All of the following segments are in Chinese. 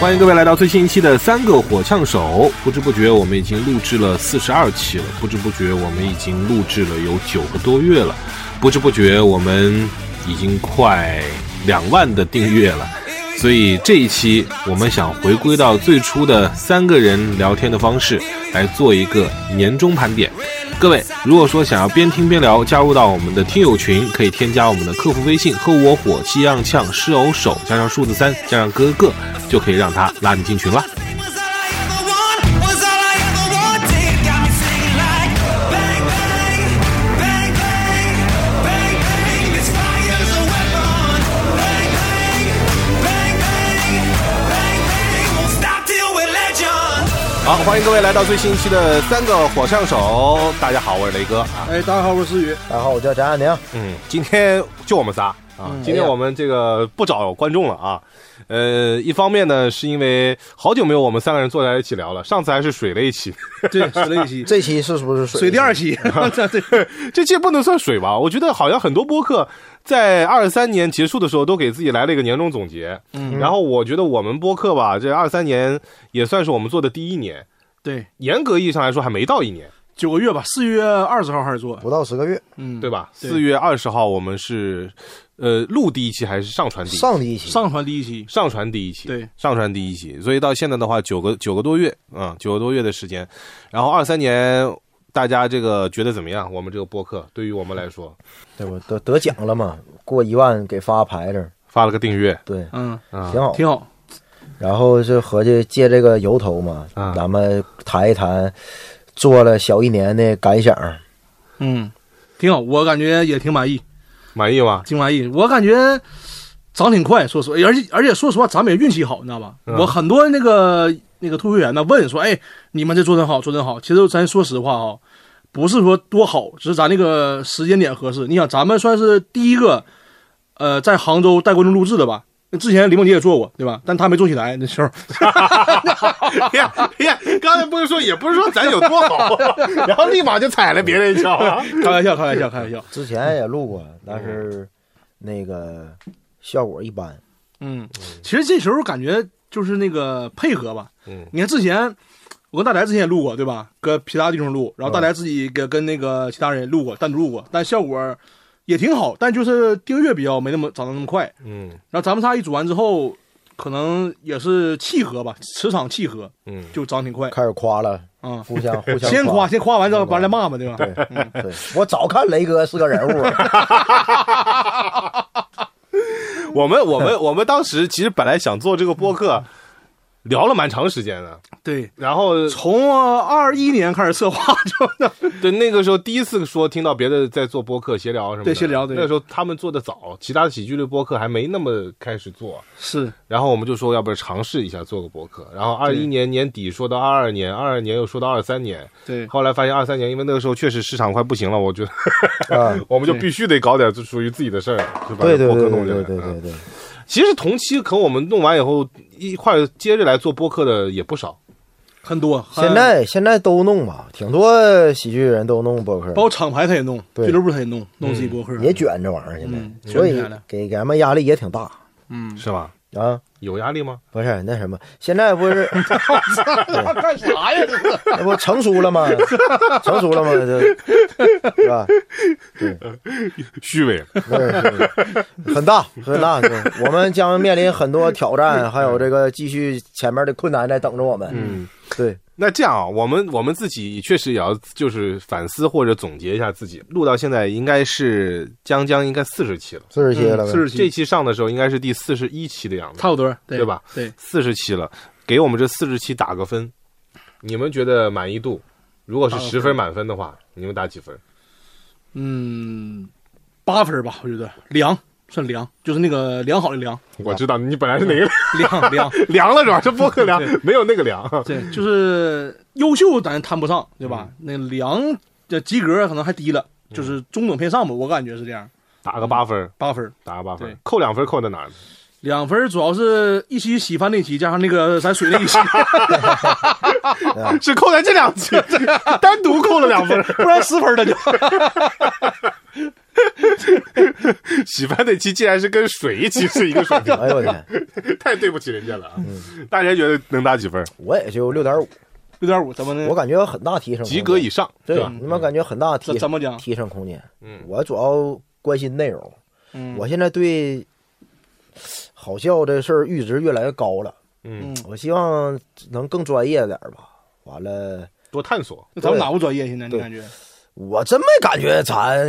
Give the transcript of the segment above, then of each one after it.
欢迎各位来到最新一期的《三个火枪手》。不知不觉，我们已经录制了四十二期了；不知不觉，我们已经录制了有九个多月了；不知不觉，我们已经快两万的订阅了。所以这一期，我们想回归到最初的三个人聊天的方式，来做一个年终盘点。各位，如果说想要边听边聊，加入到我们的听友群，可以添加我们的客服微信“和我火气样呛是偶手”，加上数字三，加上哥哥，就可以让他拉你进群了。 Was all I ever want, was all I ever wanted. Got me singing like bang, bang, bang, bang, bang, bang. This fire's a weapon. Bang, bang, bang, bang, bang, bang. Won't stop till we're legend. 好，欢迎各位来到最新一期的三个火枪手。大家好，我是雷哥啊。哎，大家好，我是思雨。大家好，我叫翟亚宁。嗯，今天就我们仨啊。今天我们这个不找观众了啊。呃，一方面呢，是因为好久没有我们三个人坐在一起聊了，上次还是水了一期，对，水了一期，这期是不是水水第二期，对对， 这期不能算水吧？我觉得好像很多播客在二三年结束的时候都给自己来了一个年终总结。嗯，然后我觉得我们播客吧，这二三年也算是我们做的第一年，对，严格意义上来说还没到一年，九个月吧，四月二十号开始做，不到十个月，嗯，对吧？对四月二十号我们是，呃，录第一期还是上传第一期？上第一期上传第一期，上传第一期，对，上传第一期，所以到现在的话，九个九个多月，嗯，九个多月的时间，然后二三年。大家这个觉得怎么样？我们这个播客对于我们来说，对不？得得奖了嘛，过一万给发牌子，发了个订阅对，嗯，啊挺，好。挺好，然后就合计借这个由头嘛，啊咱们谈一谈做了小一年的感想。嗯，挺好，我感觉也挺满意，满意吗？挺满意，我感觉涨挺快，说实话，而且而且说实话，咱们也运气好，你知道吧？嗯我很多那个那个突会员呢问说，哎，你们这做真好，做真好。其实咱说实话啊、不是说多好，只是咱那个时间点合适。你想，咱们算是第一个，呃，在杭州带观众录制的吧？那之前李梦洁也做过，对吧？但她没做起来那时候。哎 呀哎呀，刚才不是说也不是说咱有多好，然后立马就踩了别人一脚啊了。开玩笑，开玩笑，开玩笑。之前也录过，但是那个效果一般。嗯，其实这时候感觉就是那个配合吧。嗯，你看之前我跟大宅之前也录过，对吧？搁其他地方录，然后大宅自己跟跟那个其他人也录过，单独录过，但效果也挺好，但就是订阅比较没那么涨得那么快。嗯然后咱们仨一组完之后，可能也是契合吧，磁场契合，嗯，就涨挺快开始夸了，啊。互相互相先夸，夸。先夸完之后，完了骂嘛，对吧？ 嗯对对，我早看雷哥是个人物， 啊我们我 们我们当时其实本来想做这个播客，聊了蛮长时间的。对，然后从二一年开始策划就对那个时候第一次说听到别的在做播客闲聊什么的，对闲聊对那时候他们做的早，其他的喜剧类播客还没那么开始做。是然后我们就说，要不然尝试一下做个播客。然后二一年年底说到二二年，二二年又说到二三年，对后来发现二三年，因为那个时候确实市场快不行了，我觉得啊，我们就必须得搞点就属于自己的事儿，就把对对播客对弄对起来。对对对嗯对，其实同期可我们弄完以后，一块儿接着来做播客的也不少。很多。现在现在都弄吧，挺多喜剧人都弄播客，包括厂牌他也弄，对嗯俱乐部他也弄，弄自己博客。也卷这玩意儿现在，嗯所卷起以来了给咱们压力也挺大嗯，是吧？啊。有压力吗？不是那什么，现在不是干啥呀？那不成熟了吗？成熟了吗？这是吧？虚伪。不是是很大很大，对我们将面临很多挑战，还有这个继续前面的困难在等着我们。嗯，对， 那这样啊，我们我们自己确实也要就是反思或者总结一下自己。录到现在应该是将将应该四十期了，嗯四十期了呗四。十这期，期上的时候应该是第四十一期的样子，差不多，对对吧？对，四十期了，给我们这四十期打个分，你们觉得满意度？如果是打个十分满分的话，你们打几分？嗯，八分吧，我觉得良算良，就是那个良好的良， 我知道你本来是哪个良良， 凉了是吧？这播客凉，没有那个凉。对，就是优秀咱谈不上，对吧？嗯那良这及格可能还低了，就是中等偏上吧，我感觉是这样，打个八分，八分。打个八分对，扣两分扣在哪儿呢？两分主要是一期洗饭那期，加上那个咱水那一期， 啊只扣在这两期，单独扣了两分。不然十分了就。喜欢那期竟然是跟水一起是一个水平，哎呦我天，太对不起人家了啊！嗯大家觉得能打几分？我也就六点五，六点五，怎么呢？我感觉有很大提升空间，及格以上，嗯对啊吧？你们感觉很大怎提怎么啊讲？提升空间。我主要关心内容，嗯我现在对好笑这事儿阈值越来越高了，嗯，我希望能更专业点儿吧。完了，多探索。嗯那咱们哪不专业？现在你对感觉我真没感觉咱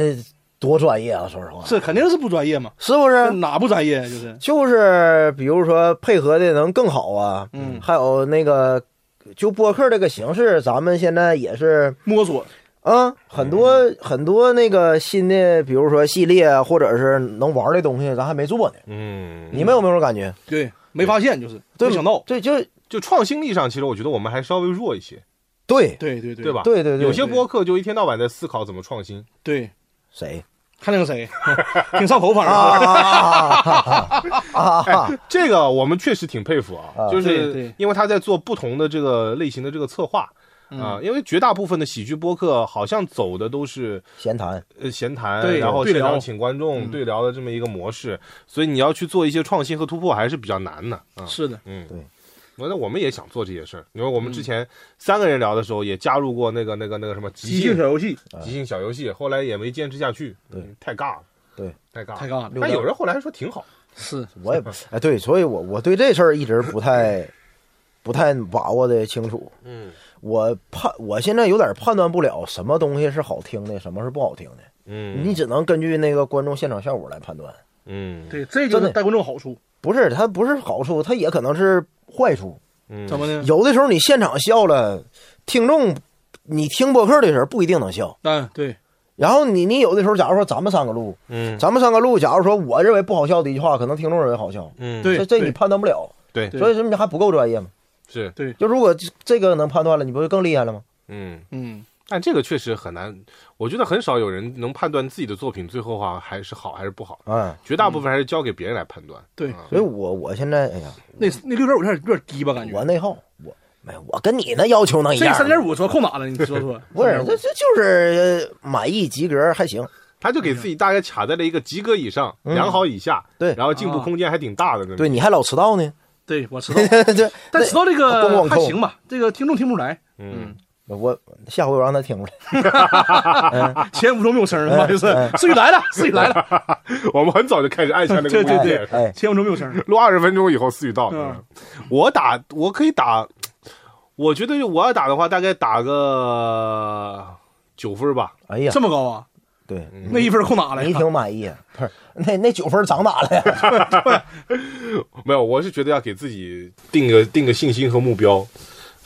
多专业啊，说实话，是肯定是不专业嘛？是不这是？哪不专业啊就是？就是比如说配合的能更好啊，嗯还有那个就播客这个形式，咱们现在也是摸索，啊，很多、嗯很多那个新的，比如说系列啊或者是能玩的东西，咱还没做呢。嗯，你们有没有这种感觉？对，没发现就是，对没想到，对，就就创新力上，其实我觉得我们还稍微弱一些，对对对对对吧？对对对有些播客就一天到晚在思考怎么创新，对，谁看那个谁， 挺上 头，反啊正啊啊啊！这个我们确实挺佩服啊，啊就对是对因为他在做不同的这个类型的这个策划嗯啊、因为绝大部分的喜剧播客好像走的都是闲谈，呃闲谈，对然后对现场聊请观众对聊的这么一个模式，所以你要去做一些创新和突破还是比较难的啊。是的，嗯，对。那我们也想做这些事儿，因为我们之前三个人聊的时候也加入过那个那个那个什么即兴游戏即兴小游戏，后来也没坚持下去，嗯，太尬了，对，太尬了，太尬了但有人后来说挺好，是我也不哎对，所以我我对这事儿一直不太不太把握的清楚。嗯我判我现在有点判断不了什么东西是好听的，什么是不好听的。嗯，你只能根据那个观众现场效果来判断。嗯对，这就真是的带观众好处，不是，它不是好处，它也可能是坏处。嗯怎么呢？有的时候你现场笑了，听众你听播客的时候不一定能笑。嗯，对，然后你你有的时候，假如说咱们三个录，嗯咱们三个录，假如说我认为不好笑的一句话，可能听众认为好笑，嗯对这这你判断不了，对对所以说你还不够专业嘛。是就如果这这个能判断了，你不就更厉害了吗？嗯，嗯，但这个确实很难，我觉得很少有人能判断自己的作品最后啊还是好还是不好，啊、绝大部分还是交给别人来判断。嗯啊对，所以我我现在哎呀，那那六点五有点有点低吧，感觉我内耗，我没有我跟你那要求能一这样吗？三点五说扣哪了？你说说，不是，这这就是呃满意及格还行。他就嗯给自己大概卡在了一个及格以上、良好以下，对然后进步啊空间还挺大的。那么对，，你还老迟到呢，对我知道， 这但知道这 咣咣个扣还行吧，这个听众听不出来，嗯，我下回我让他听出来。前五分钟没有声儿嘛，就是啊哎思雨来了，思雨来了， 我们很早就开始按下那个 对对按键对哎，前五分钟没有声儿，录二十分钟以后思雨到，嗯 我打我可以打，我觉得我要打的话，大概打个九分吧。嗯哎 呀嗯这，么高啊？对，那一分扣哪了呀？你挺满意，啊不是那那九分涨哪了呀？没有，我是觉得要给自己定个定个信心和目标，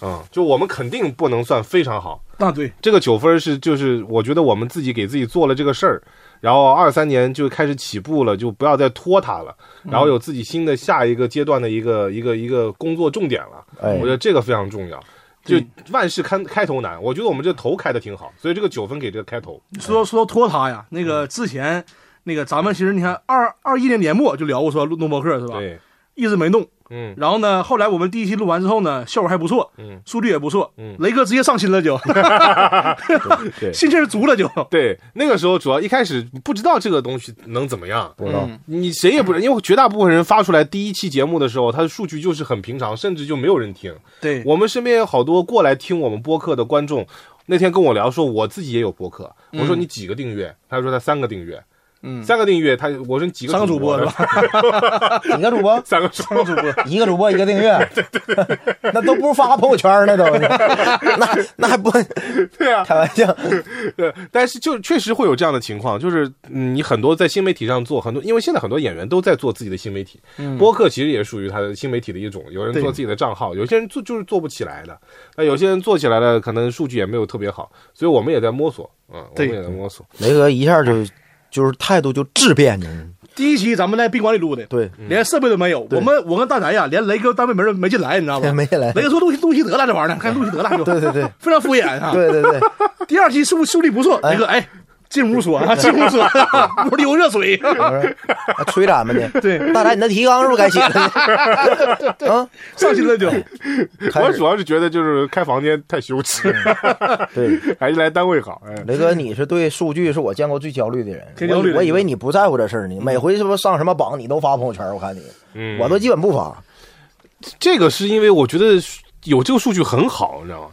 嗯，就我们肯定不能算非常好。那啊对，这个九分是就是我觉得我们自己给自己做了这个事儿，然后二三年就开始起步了，就不要再拖沓了，然后有自己新的下一个阶段的一个一个一个工作重点了。哎我觉，得这个非常重要。就对万事开开头难，我觉得我们这头开的挺好，所以这个九分给这个开头。说到说到拖沓呀，那个之前那个咱们其实你看二二一年年末就聊过说录弄博客是吧？对，一直没弄。嗯，然后呢，后来我们第一期录完之后呢，效果还不错，嗯，数据也不错，嗯雷哥直接上心了就， 对心气儿足了就，对，那个时候主要一开始不知道这个东西能怎么样，嗯不知道，你谁也不知，因为绝大部分人发出来第一期节目的时候，它的数据就是很平常，甚至就没有人听。对，我们身边有好多过来听我们播客的观众，那天跟我聊说，我自己也有播客。我说你几个订阅？他说他三个订阅。嗯三个订阅，他我说你几个三个主播是吧？？吧？几个主 播三个主播，主播。一个主播一个订阅， 那都不发朋友圈呢，都，那那还不 对啊，开玩笑？ 对，但是就确实会有这样的情况，就是嗯，你很多在新媒体上做很多，因为现在很多演员都在做自己的新媒体，嗯播客其实也属于他的新媒体的一种。有人做自己的账号，有些人做就是做不起来的，那有些人做起来了，可能数据也没有特别好，所以我们也在摸索，嗯，我对们也在摸索。雷哥一下就就是态度就质变呢，第一期咱们在宾馆里录的，对，连设备都没有，我们我跟大宅呀，连雷哥单位门没进来，你知道吧？没进来雷哥说录录西德了这玩意儿，看录西德了，对对对对，非常敷衍啊。对对对，第 二期数数据不错，雷哥哎。进屋说啊，进屋说，屋里有热水，啊催咱们呢。对大宅，你那提纲是不是该写了呢？啊，上心了就。开我始嗯主要是觉得就是开房间太羞耻，对， 还是来单位好。哎， 雷哥，你是对数据是我见过最焦虑的人。挺焦虑的我以我以为你不在乎这事儿呢，每回是不是上什么榜你都发朋友圈，我看你，嗯我都基本不发。这个是因为我觉得有这个数据很好，你知道吗？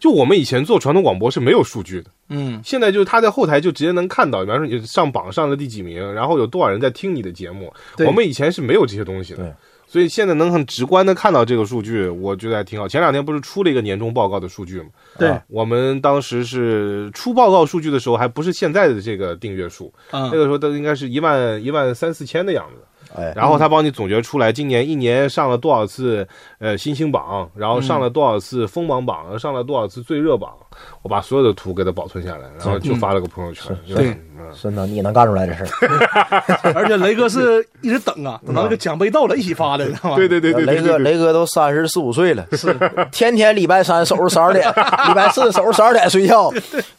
就我们以前做传统广播是没有数据的，嗯，现在就是他在后台就直接能看到，比方说你上榜上了第几名，然后有多少人在听你的节目。对我们以前是没有这些东西对的，所以现在能很直观的看到这个数据，我觉得还挺好。前两天不是出了一个年终报告的数据吗？对，啊我们当时是出报告数据的时候，还不是现在的这个订阅数，那嗯，个时候都应该是一万一万三四千的样子。哎，然后他帮你总结出来，今年一年上了多少次呃新星榜，然后上了多少次锋芒榜，上了多少次最热榜，我把所有的图给它保存下来，然后就发了个朋友圈。就是对，嗯真的，你能干出来这事儿？ 而且雷哥是一直等啊，等到那个奖杯到了一起发的，知 道吗？对对对对对呃雷哥，对对，雷哥都三十四五岁了，是 天天礼拜三守着十二点，礼拜四守着十二点睡 觉。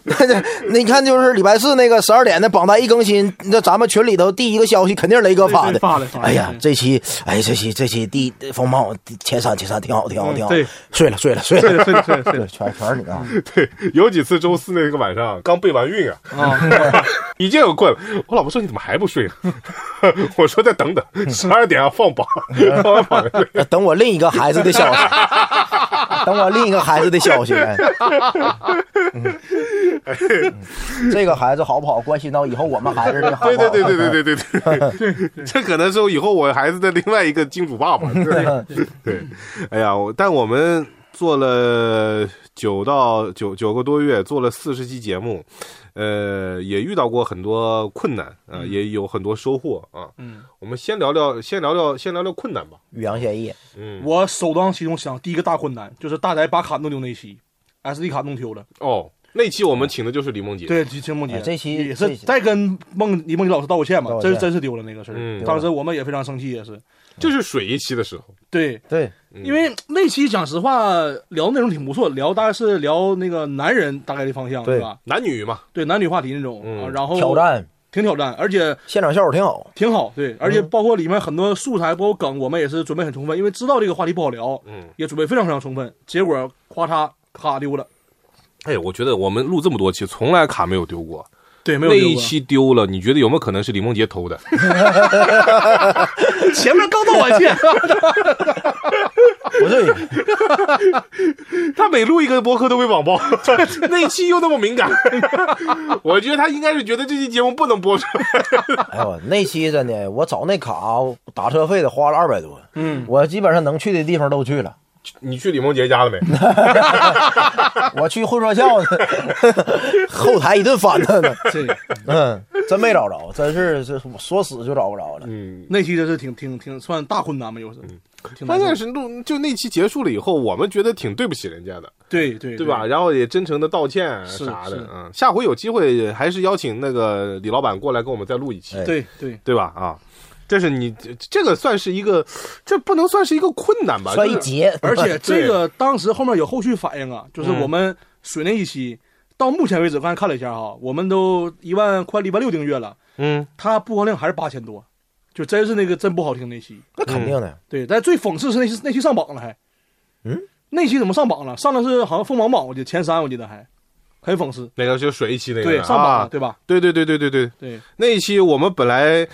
那这那你看，就是礼拜四那个十二点的榜单一更新，那咱们群里头第一个消息肯定是雷哥发对对的。发的发的哎呀对，这期哎这期这期第风暴前三前三挺好挺好挺好对。睡了睡了嗯睡了对对对对对， 全全是你啊！ 有几次周四那个晚上刚备完孕啊， 啊，已经有困了。我老婆说你怎么还不睡呢？ 我说再等等，十二点要放榜，嗯放完榜再睡。呃等我另一个孩子 的消息，等我另一个孩子的消息。哎嗯、这个孩子好不好，关系到以后我们孩子的好不好。对对对对对对对对对，这可能是我以后我孩子的另外一个金主爸爸。 对对，哎呀，我但我们做了九到九九个多月，做了四十期节目，呃，也遇到过很多困难啊、呃也有很多收获啊。嗯，我们先聊聊，先聊聊，先聊聊困难吧。嗯宇阳先业，我首当其冲想第一个大困难就是大宅把卡弄丢那期，SD 卡弄丢了。哦，那期我们请的就是李梦洁。对，秦秦梦洁哎这期也这是期在跟孟李梦洁老师道过歉嘛道，真歉真是丢了那个事儿。嗯当时我们也非常生气，也是就是水一期的时候，对，对，因为那期讲实话聊内容挺不错，聊大概是聊那个男人大概的方向对是吧？男女嘛，对男女话题那种嗯啊，然后挑战挺挑战，而且现场效果挺好。挺好，对，而且包括里面很多素材，包括梗，我们也是准备很充分，因为知道这个话题不好聊，嗯，也准备非常非常充分，结果咔嚓卡丢了，哎，我觉得我们录这么多期，从来卡没有丢过。对，没有那丢一过。期丢了，你觉得有没有可能是李梦洁偷的？前面刚道完 歉，不对， 他每录一个博客都会网暴， 那一期又那么敏感，我觉得他应该是觉得这期节目不能播出来。 哎呦，那期真的，我找那卡我打车费得花了二百多。嗯，我基本上能去的地方都去 了。 你去李梦洁家了没？我去混说 笑呢，后台一顿翻腾 呢。这嗯，真没找着，真是是说死就找不着 了。嗯，那期真是挺挺挺算大困难吧，又是，挺难关键受。是录就那期结束了以后，我们觉得挺对不起人家的，对对对吧？？然后也真诚的道歉是啥是的。嗯，下回有机会还是邀请那个李老板过来跟我们再录一期哎，对对对吧？啊，这是你这这个算是一个，这不能算是一个困难吧？算就一是节，而且这个当时后面有后续反应啊，就是我们水那一期，到目前为止刚才看了一下哈，我们都一万快一万六订阅了，嗯，它播放量还是八千多，就真是那个真不好听那期。那 肯定的。对，但最讽刺是那期那期上榜了还，嗯，那期怎么上榜了？上的是好像凤凰榜，我记得前三，我记得还，很讽刺。那个就水一期那个对，上榜了，啊，对吧？对对对对对对，对，那一期我们本来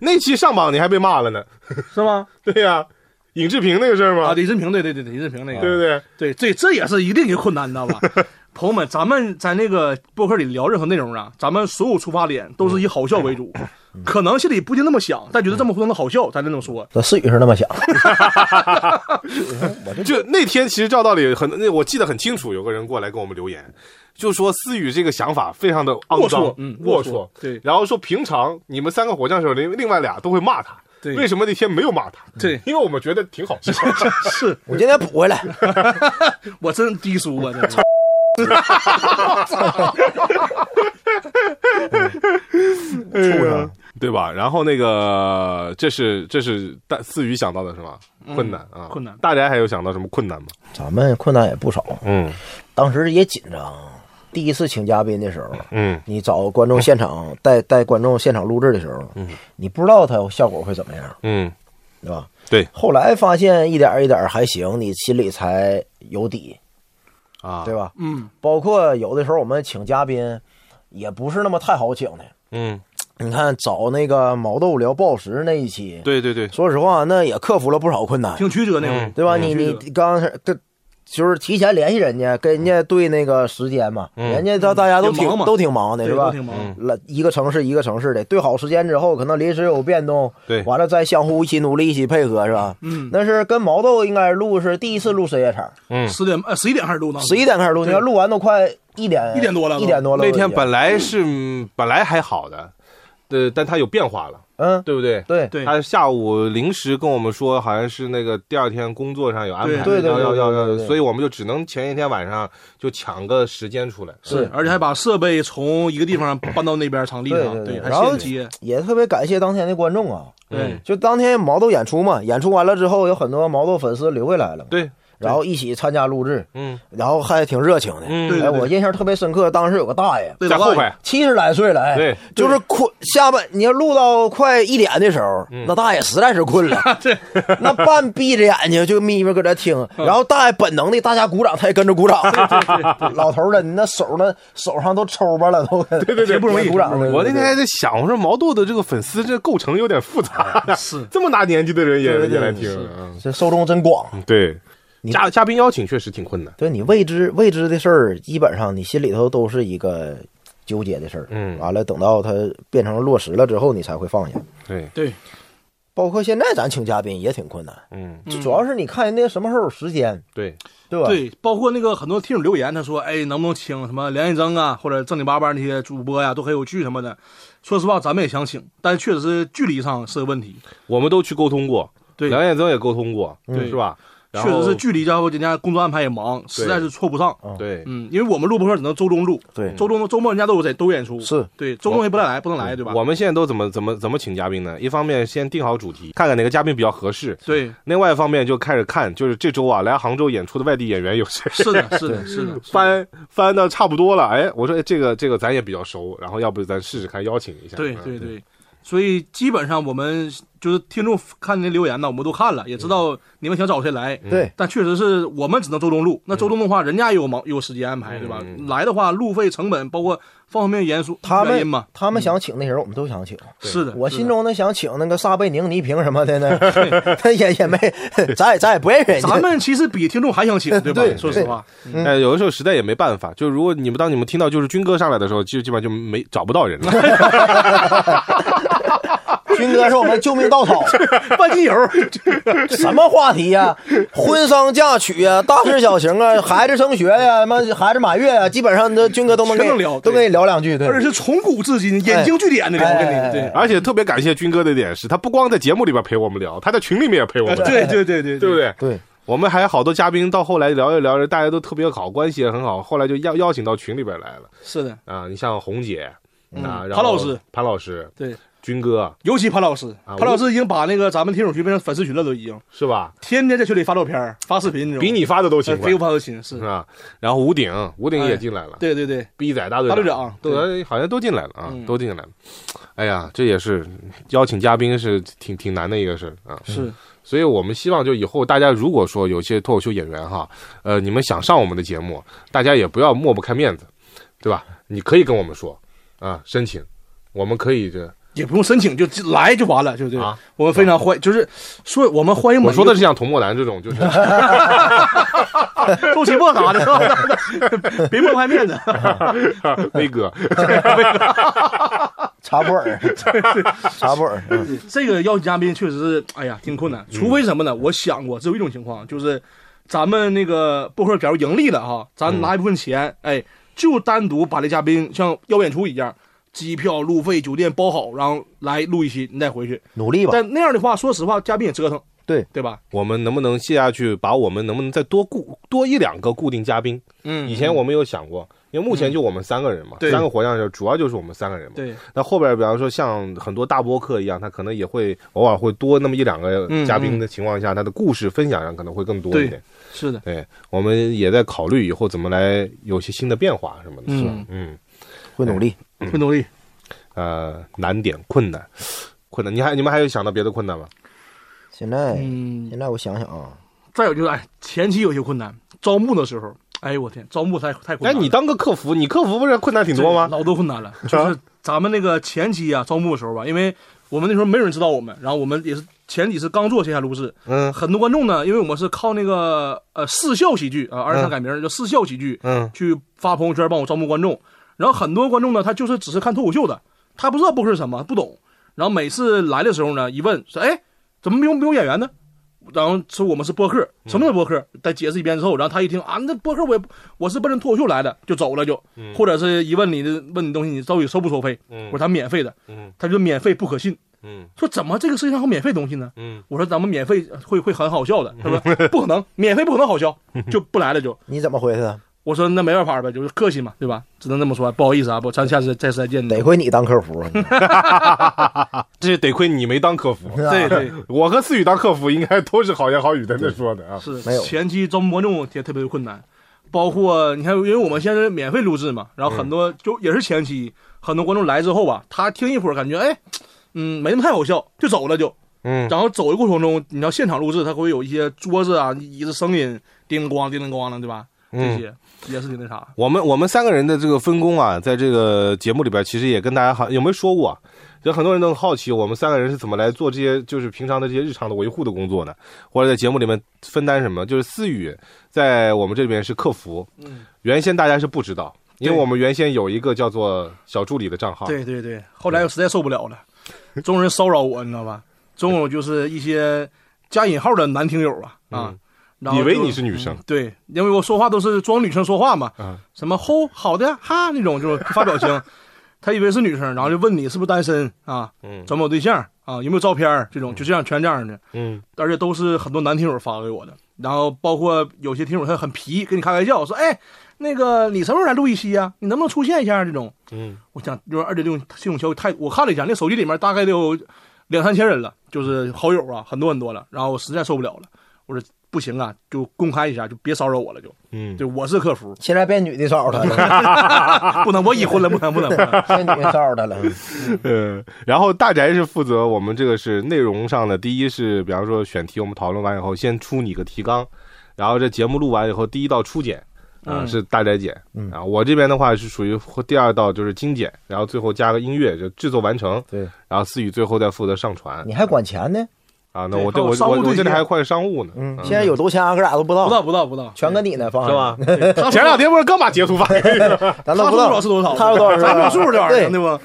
那期上榜你还被骂了呢， 是吗？对呀、尹志平那个事儿嘛，啊，李志平，对对啊对对，李志平那个，啊对不对？对，这这也是一定一个困难，你知道吧？ 朋友们，咱们在那个博客里聊任何内容啊，咱们所有出发点都是以好笑为主，嗯 可能心里不一定那么想，但觉得这么互动的好笑，咱就这么说。那思雨是那么想，就那天其实照道理很，那我记得很清楚，有个人过来跟我们留言。就说思雨这个想法非常的肮龌龊脏，嗯龌龌龊龊，对然后说平常你们三个火将手另另外俩都会骂他，对为什么那天没有骂他？对因为我们觉得挺好笑。是我今天补回来。我真低俗 啊，这畜生，对吧？然后那个，这是这是大思雨想到的是吗？嗯困难啊，困难大家还有想到什么困难吗？咱们困难也不少，嗯当时也紧张。第一次请嘉宾的时候，嗯，你找观众现场带带观众现场录制的时候，你不知道它效果会怎么样，嗯，对吧？对后来发现一点儿一点儿还行，你心里才有底，啊，对吧？嗯，包括有的时候我们请嘉宾，也不是那么太好请的。嗯，你看找那个毛豆聊暴食那一期，对对对，说实话，那也克服了不少困难，挺曲折那会嗯对吧？你嗯你是的刚开始跟就是提前联系人家，跟人家对那个时间嘛，嗯人家他大家都也挺忙嘛都挺忙的，对是吧都？挺忙嗯来一个城市一个城市的，对好时间之后，可能临时有变动，对完了再相互一起努力，一起配合，是吧？嗯那是跟毛豆应该录是第一次录深夜场，嗯，十点呃十一点开始录呢，十一点开始录，你看录完都快一点一点多了都一点多了都那已经。天本来是嗯本来还好的，呃，但它有变化了，嗯，对不对？对对他下午临时跟我们说，好像是那个第二天工作上有安排，对对对要要对要对要，对对所以我们就只能前一天晚上就抢个时间出来。对，而且还把设备从一个地方搬到那边场地对上，对对还然后现接，也特别感谢当天的观众啊，对，就当天毛豆演出嘛，演出完了之后有很多毛豆粉丝留下来了嘛，对，然后一起参加录制，嗯然后还挺热情的。嗯，对哎，我印象特别深刻，当时有个大爷，对在老后大爷排，七十来岁了，哎对，就是困，下半你要录到快一点的时候，那大爷实在是困了，对，那半闭着眼睛就眯眯搁这听，然后大爷本能的大家鼓掌，他也跟着鼓掌。老头儿的，你那手呢，手上都抽巴了，都对对对不容易鼓掌。我那天还在想，我说毛豆的这个粉丝这构成有点复 杂呀，是这么大年纪的人也对对也来对听是啊，这受众真广，嗯对，嘉嘉宾邀请确实挺困难。对你未知未知的事儿，基本上你心里头都是一个纠结的事儿。嗯完了，等到它变成落实了之后，你才会放下。对，对，包括现在咱请嘉宾也挺困难，嗯，就主要是你看人家什么时候有时间，对，对吧？对，包括那个很多听友留言，他说，哎，能不能请什么梁一征啊，或者正经八百那些主播呀、都很有趣什么的。说实话，咱们也想请，但是确实是距离上是个问题，我们都去沟通过，对梁彦增也沟通过，对是吧？然确实后是距离，加上人家工作安排也忙，实在是凑不上。对，嗯，因为我们录播客只能周中录，对周中周末人家都有在都演出，是对，周中也不能来，不能来，对吧？我们现在都怎么怎么怎么请嘉宾呢？一方面先定好主题，看看哪个嘉宾比较合适。 对，另外一方面就开始看，就是这周啊来杭州演出的外地演员有谁，是的，是的，是的，翻翻到差不多了，哎，我说哎这个这个咱也比较熟，然后要不咱试试看邀请一下。对嗯对对，所以基本上我们就是听众看您留言呢，我们都看了，也知道你们想找谁来。嗯对但确实是我们只能周中录，那周中的话，人家也有忙有时间安嗯排，对吧？来的话，路费成本包括方方面面因素他原因们嘛，他们想请那人，我们都想请。是的，我是心的。中呢想请那个撒贝宁、倪萍什么的呢， 他也也 没，咱也咱也不认识人家。咱们其实比听众还 想请，对吧？对说实话，哎，有的时候实在也没办法，就如果你们当你们听到就是军哥上来的时候，就基本上就没找不到人了。 军哥是我们救命稻 草，万金油， 什么话题呀、婚丧嫁娶啊，大事小情 啊，孩子升学呀、什么孩子满月啊，基本上这军哥都能全跟能聊都对跟你聊两句，对。而且是从古至今引经据典的聊，我跟你对。 而且特别感谢军哥的一点是，他不光在节目里边陪我们聊，他在群里面也陪我们聊，哎对啊对对对对不对？对，我们还有好多嘉宾到后来聊一聊着，大家都特别好，关系也很好，后来就邀邀请到群里边来了是的，啊。你像红姐啊，然后嗯潘老师，潘老师，对，军哥尤其潘老师，啊潘老师已经把那个咱们听友群变成粉丝群了，都已经是吧？天天在群里发照片儿、发视频，知道吗比你发的都勤呃，快非物。发的心是是，吧？然后吴鼎，吴鼎也哎进来了，对对对，逼仔大队大队长嗯都好像都进来了啊，都进来了。哎呀，这也是邀请嘉宾是挺挺难的一个事儿啊。是所以我们希望就以后大家如果说有些脱口秀演员哈，呃，你们想上我们的节目，大家也不要抹不开面子，对吧？你可以跟我们说啊，申请，我们可以这也不用申请，就就来就完了，对不对啊？我们非常欢，就是说我们欢迎每我一个说的是像童漠南这种，就是 周奇墨啥的，是吧？ 别抹拍面子，威 哥，查布尔，查布尔，嗯这个邀请嘉宾确实是，哎呀，挺困嗯难，除非什么呢？我想过，只有一种情况，就是咱们那个播客假如盈利了哈，嗯咱拿一部分钱，哎，就单独把这嘉宾像邀演出一样。机票、路费、酒店包好，然后来录一期，你再回去。努力吧。但那样的话，说实话，嘉宾也折腾，对对吧？我们能不能卸下去，把我们能不能再多固多一两个固定嘉宾？嗯以前我们有想过，因为目前就我们三个人嘛，对三个活样就主要就是我们三个人嘛。对，那后边比方说像很多大播客一样，他可能也会偶尔会多那么一两个嘉宾的情况下，他的故事分享上可能会更多一点。是的，对，我们也在考虑以后怎么来有些新的变化什么的。嗯嗯，会努力。会努力。呃，难点困难，困难，你还你们还有想到别的困难吗？现在嗯，现在我想想啊，再有就是，哎，前期有些困难，招募的时候，哎呦我天，招募太太困哎，难了。你当个客服，你客服不是困难挺多吗？啊老多困难了，就是咱们那个前期啊，招募的时候吧，因为我们那时候没有人知道我们，然后我们也是前几次刚做线下录制，嗯很多观众呢，因为我们是靠那个呃四笑喜剧啊，二十三改名儿叫四笑喜剧，嗯去发朋友圈帮我招募观众，然后很多观众呢，他就是只是看脱口秀的，他不知道播客是什么，不懂，然后每次来的时候呢，一问说，哎，怎么没有没有演员呢？然后说我们是播客，嗯什么叫播客？再解释一遍之后，然后他一听啊，那播客我也不我是奔着脱口秀来的，就走了就，或者是一问你的问你东西，你到底收不收费？嗯我说他免费的，嗯他就免费不可信，嗯说怎么这个世界上还有免费东西呢？嗯，我说咱们免费会会很好笑的，他 说不可能，免费不可能好笑，就不来了就。你怎么回事？我说那没办法呗，就是客气嘛，对吧？只能这么说，不好意思啊，不，咱下次再次再见。得亏你当 客服啊，你这得亏你没当客服，对对 我和思雨当客服应该都是好言好语在那说的啊。是没有前期招募观众也特别困难，包括你看，因为我们现在是免费录制嘛，然后嗯很多、就也是前期很多观众来之后吧，他听一会儿感觉哎，嗯，没那么太好笑，就走了就。嗯然后走的过程中，你要现场录制，它会有一些桌子啊、椅子声音叮铃咣、叮铃咣的，对吧？这些、嗯也是挺那啥。我们我们三个人的这个分工啊，在这个节目里边，其实也跟大家好有没有说过、啊？有很多人都很好奇，我们三个人是怎么来做这些就是平常的这些日常的维护的工作呢？或者在节目里面分担什么？就是思雨在我们这边是客服，嗯，原先大家是不知道，因为对我们原先有一个叫做小助理的账号，对对对，后来我实在受不了了，总有人骚扰我，你知 道吧？总有就是一些加引号的男听友啊啊，然嗯后以为就你是女生，对，因为我说话都是装女生说话嘛，嗯什么吼好的哈那种，就是发表 情，他以为是女生，然后就问你是不是单身啊，嗯找没有对象啊，有没有照片儿这种，就这样全这样的，嗯而且都是很多男听友发给我的，然后包括有些听友他很皮，跟你开玩笑说，哎，那个你什么时候来录一期呀、你能不能出现一下这种？嗯我想就是二且这种这种消息太，我看了一下，那手机里面大概得有两三千人了，就是好友啊，很多很多了。然后我实在受不了了，我说不行啊，就公开一下，就别骚扰我了，就嗯，就我是客 服，现在变女的骚扰他 了，不能我已婚了，不能不能 不能。变女的骚扰他了。 呃，然后大宅是负责我们这个是内容上的，第一是比方说选题，我们讨论完以后，先出你个提纲，然后这节目录完以后，第一道初剪。啊、嗯是大宅剪，啊，我这边的话是属于第二道就是精简，然后最后加个音乐，就制作完成。对，然后思雨最后再负责上传你还管钱呢？啊，那对我这还有我商务我对我这里接还有快商务呢，嗯，现在有多钱俺哥俩都不知不道，到不到不到，全跟你呢，放是吧？ 对他前两天不是刚把截图发给你了吗？咱他说都不多知少道是多少，他说多少是多咱少有数这玩意儿，对对，吧？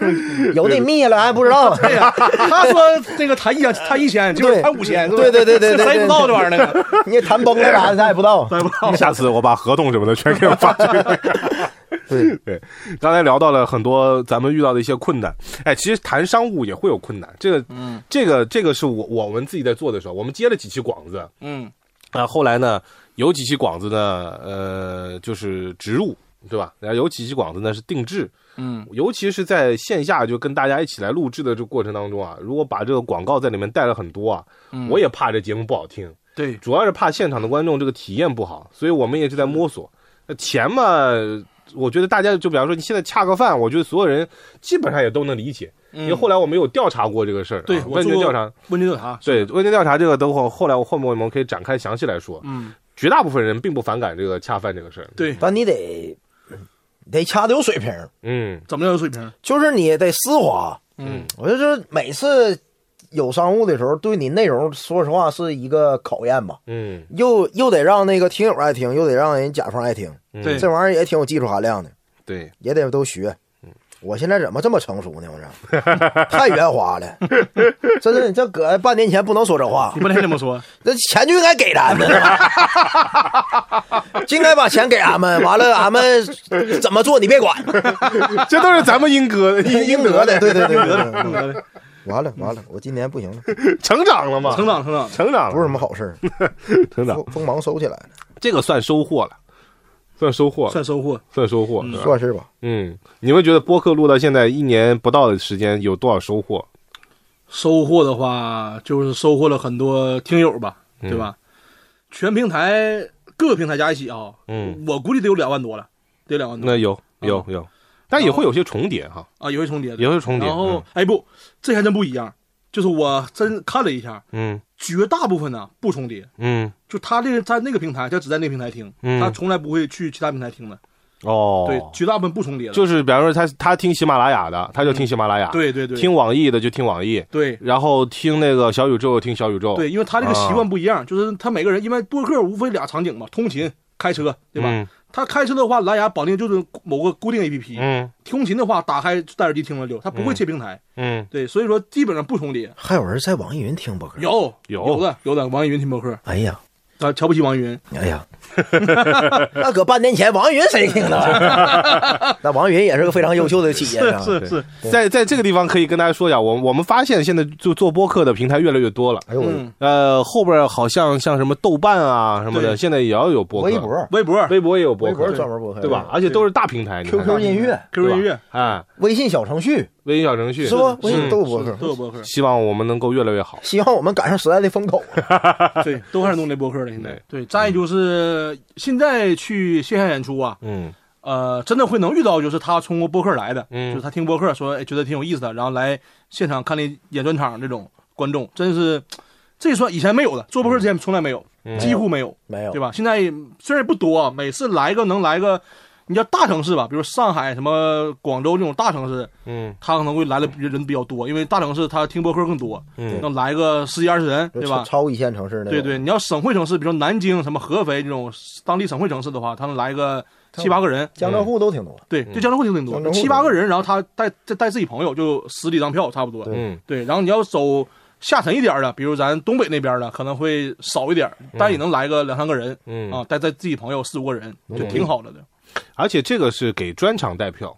有的密了还不知道。 对呀，他说那个谈一谈一千，结果对谈五千，对对对对 对谁不知道这玩意儿呢？ 你也谈崩了啥的，咱也不知道。 下次我把合同什么的全给我发这个。对 对，刚才聊到了很多咱们遇到的一些困难，哎，其实谈商务也会有困难，这个，嗯，这个这个是我我们自己在做的时候，我们接了几期广子，嗯，啊，后来呢，有几期广子呢，呃，就是植入，对吧？然后有几期广子呢是定制，嗯，尤其是在线下就跟大家一起来录制的这个过程当中啊，如果把这个广告在里面带了很多啊，嗯我也怕这节目不好听，对，主要是怕现场的观众这个体验不好，所以我们也是在摸索。那钱嘛，我觉得大家就比方说你现在恰个饭，我觉得所有人基本上也都能理解，因为后来我们有调查过这个事儿啊，对我问卷做调查，问题有啥？对问卷调查这个等会儿后来我后面我们可以展开详细来说。嗯，绝大部分人并不反感这个恰饭这个事儿，对，但你得得掐得有水平，嗯怎么样有水平？就是你得丝滑。嗯，我就是每次有商务的时候，对你内容，说实话是一个考验吧。嗯又又得让那个听友爱听，又得让人甲方爱听，嗯对这玩意儿也挺有技术含量的，对，也得都学。嗯我现在怎么这么成熟呢？我这 太圆滑了，真是这搁半年前不能说这话你，不能这么 说。那钱就应该给 咱们，就应该把钱给俺们。完了，俺们怎么做你别管， 这都是咱们应得应应应得得的，的，对对对对对嗯对。完了完了，我今年不行了，成长了嘛，成长成长成长了，不是什么好事儿，成长，锋锋芒收起来了。这个算收获了。算收啊获，算收获。算收获，对吧算是吧。嗯，你们觉得播客录到现在一年不到的时间有多少收获？收获的话，就是收获了很多听友吧，嗯对吧？全平台各个平台加一起啊，嗯，我估计得有两万多了，得有两万多那有有嗯有，但也会有些重叠哈，啊，有一重叠的。也会重叠。然后，哎不，这还真不一样，就是我真看了一下，嗯，绝大部分呢、不重叠，嗯就他这个在那个平台，他只在那个平台听，嗯他从来不会去其他平台听的。嗯，哦，对，绝大部分不重叠的。就是比方说他他听喜马拉雅的，他就听喜马拉雅，，对对对，听网易的就听网易，对然后听那个小宇宙听小宇宙，对，因为他这个啊习惯不一样，就是他每个人，因为播客无非俩场景嘛，通勤、开车，对吧？嗯他开车的话，蓝牙绑定就是某个固定 APP，、嗯通勤的话，打开戴耳机听了就，他不会切平台，嗯，对，所以说基本上不重叠。还有人在网易云听播客，有有有的有的，网易云听播客，哎呀，啊，瞧不起网易云，哎 呀，那搁半年前网易云谁 听呢？那网易云也是个非常优秀的企业 啊。是是，在在这个地方可以跟大家说一下，我我们发现现在就做播客的平台越来越多了。哎呦，我嗯，呃，后边好像像什么豆瓣啊什么的，对现在也要有播客，微博、微博、微博也有播微客，博专门哎播客嗯对吧？？而且都是大平台你看 QQ 音乐、对 QQ 吧音乐哎，微信小程序微信小程序是不？微嗯信都有播客是。都有播客，希望我们能够越来越好。希望我们赶上时代的风口。啊对，都开始弄这播客了。现在对，再就是现在去线下演出啊，嗯呃，真的会能遇到，就是他通过播客来的，嗯就是他听播客说，哎，觉得挺有意思的，然后来现场看那演专场这种观众，真是这算以前没有的，做播客之前从来没有，几乎没有，嗯没有对吧？现在虽然也不多啊，每次来个能来个，你叫大城市吧，比如上海、什么广州这种大城市，嗯他可能会来的人比较多，因为大城市他听播客更多，嗯能来个十几二十人，就对吧？超一线城市那种对对，你要省会城市，比如说南京、什么合肥这种当地省会城市的话，他能来个七八个人，江浙沪都挺多。对，就江浙沪挺多江浙，沪七八个人，然后他带再带自己朋友，就十几张票差不多。嗯对，然后你要走下沉一点儿的，比如咱东北那边儿的，可能会少一点儿，但也能来个两三个人嗯啊，带带自己朋友四五个人，就挺好的。而且这个是给专场带票，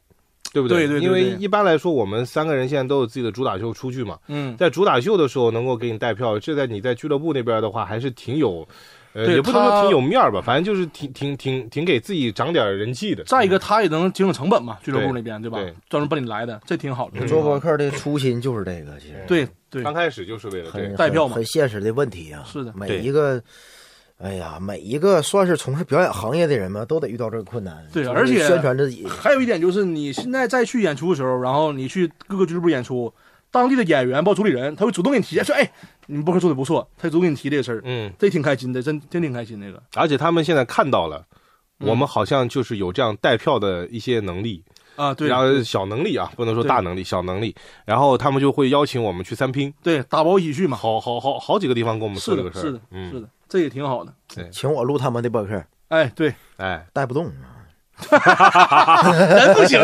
对不对对对对因为对一般来说，我们三个人现在都有自己的主打秀出去嘛，嗯，在主打秀的时候能够给你带票，这在你在俱乐部那边的话还是挺有。呃，对也不能说他挺有面儿吧，反正就是挺挺挺挺给自己长点人气的。再一个他也能节省成本嘛，俱乐部对那边对吧对？专门奔你来的，这挺好的。做播客的初心就是这个，其实对对刚开始就是为了这很个，带票嘛很很现实的问题啊。是的每对一个，哎呀，每一个算是从事表演行业的人嘛，都得遇到这个困难。对就是而且宣传自己，还有一点就是，你现在再去演出的时候，然后你去各个俱乐部演出，当地的演员包括主理人，他会主动给你提，说：“哎，你们播客做的不错。”他主动给你提这个事儿，嗯，这挺开心的，真真挺开心。这个而且他们现在看到了，嗯我们好像就是有这样带票的一些能力，啊，对然，后小能力啊，不能说对大能力，小能力，然后他们就会邀请我们去三拼，对，打包喜剧嘛，好好好好几个地方跟我们说是这个的，事儿，是的，是嗯，的，这也挺好的。请我录他们的播客，哎， 对，哎，带不动啊。人不行，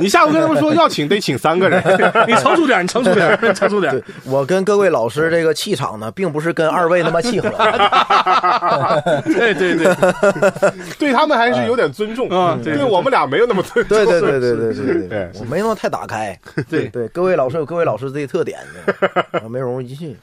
你下回跟他们说要请得请三个人， 你成熟点，你成熟点，你成熟点。我跟各位老师这个气场呢，并不是跟二位那么 契合。啊对对对， 对他们还是有点尊重啊对对我们俩没有那么尊重，对对对对对对对对，我没那么太打开。对对，各位老师有各位老师自己特点 的，我没融入进去。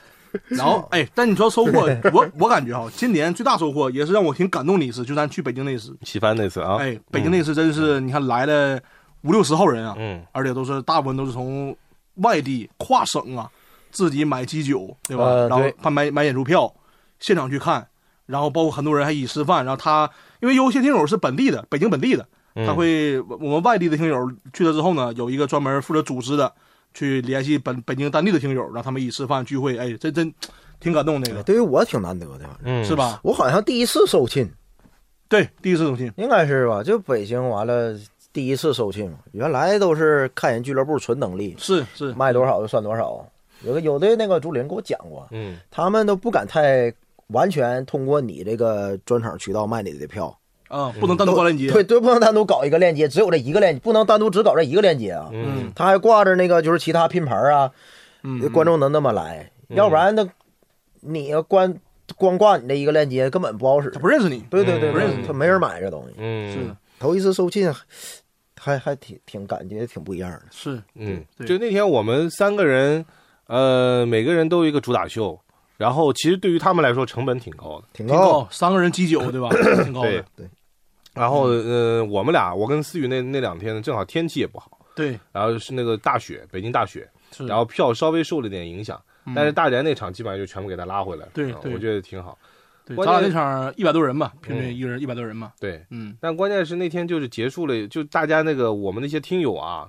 然后哎，但你说收获，我我感觉哈，今年最大收获也是让我挺感动的一次，就咱去北京那一次。喜欢那次啊，哎，北京那次真是，你看来了五六十号人啊，嗯，而且都是大部分都是从外地跨省啊，自己买鸡酒，对吧？呃然后对他买买演出票，现场去看，然后包括很多人还以吃饭，然后他因为有些听友是本地的，北京本地的，他会我我们外地的听友去了之后呢，有一个专门负责组织的，去联系本北京当地的听友，让他们一起吃饭聚会，哎，真真挺感动那个，对于我挺难得的，反正嗯是？吧？我好像第一次受亲，对，第一次中心，应该是吧？就北京完了第一次受亲嘛，原来都是看人俱乐部纯能力，是是，卖多少就算多少。有个有的那个主理人给我讲过，嗯他们都不敢太完全通过你这个专场渠道卖你的票，啊、不能单独挂链接，对对，不能单独搞一个链接，只有这一个链接，不能单独只搞这一个链接啊。嗯，他还挂着那个就是其他拼盘啊，嗯，观众能那么来，要不然那你要光光挂你这一个链接根本不好使他。不认识你，对对对不认识对，你他没人买这东西。嗯是的头一次收进，还还挺挺感觉挺不一样的。是，嗯，对就那天我们三个人，呃，每个人都有一个主打秀，然后其实对于他们来说成本挺高的，挺挺高，高，三个人鸡酒对吧？挺高的对，然后嗯呃，我们俩我跟思雨那那两天呢，正好天气也不好，对，然后是那个大雪，北京大雪，是然后票稍微受了点影响，但是大连那场基本上就全部给他拉回来了，嗯对啊对我觉得挺好。对，关咱俩那键嗯场一百多人吧，平均一个人一百多人嘛，对，嗯，但关键是那天就是结束了，就大家那个我们那些听友啊，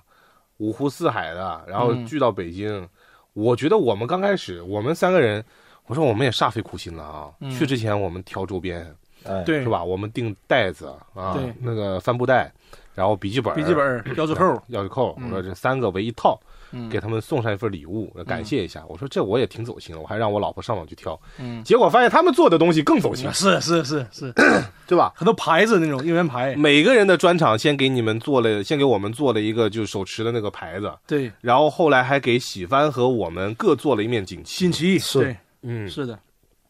五湖四海的，然后嗯聚到北京，我觉得我们刚开始我们三个人，我说我们也煞费苦心了啊，嗯去之前我们挑周边哎，对，是？吧？我们订袋子啊对，那个帆布袋，然后笔记本、笔记嗯本、标志扣，钥匙扣，我嗯说这三个为一套，嗯，给他们送上一份礼物，感谢一下。我说这我也挺走心的，我还让我老婆上网去挑，嗯结果发现他们做的东西更走心，是是是是，对吧？很多牌子那种应援 牌，每个人的专场先给你们做了，先给我们做了一个就是手持的那个牌子，对，然后后来还给喜帆和我们各做了一面锦旗。锦旗，是对，嗯，是的，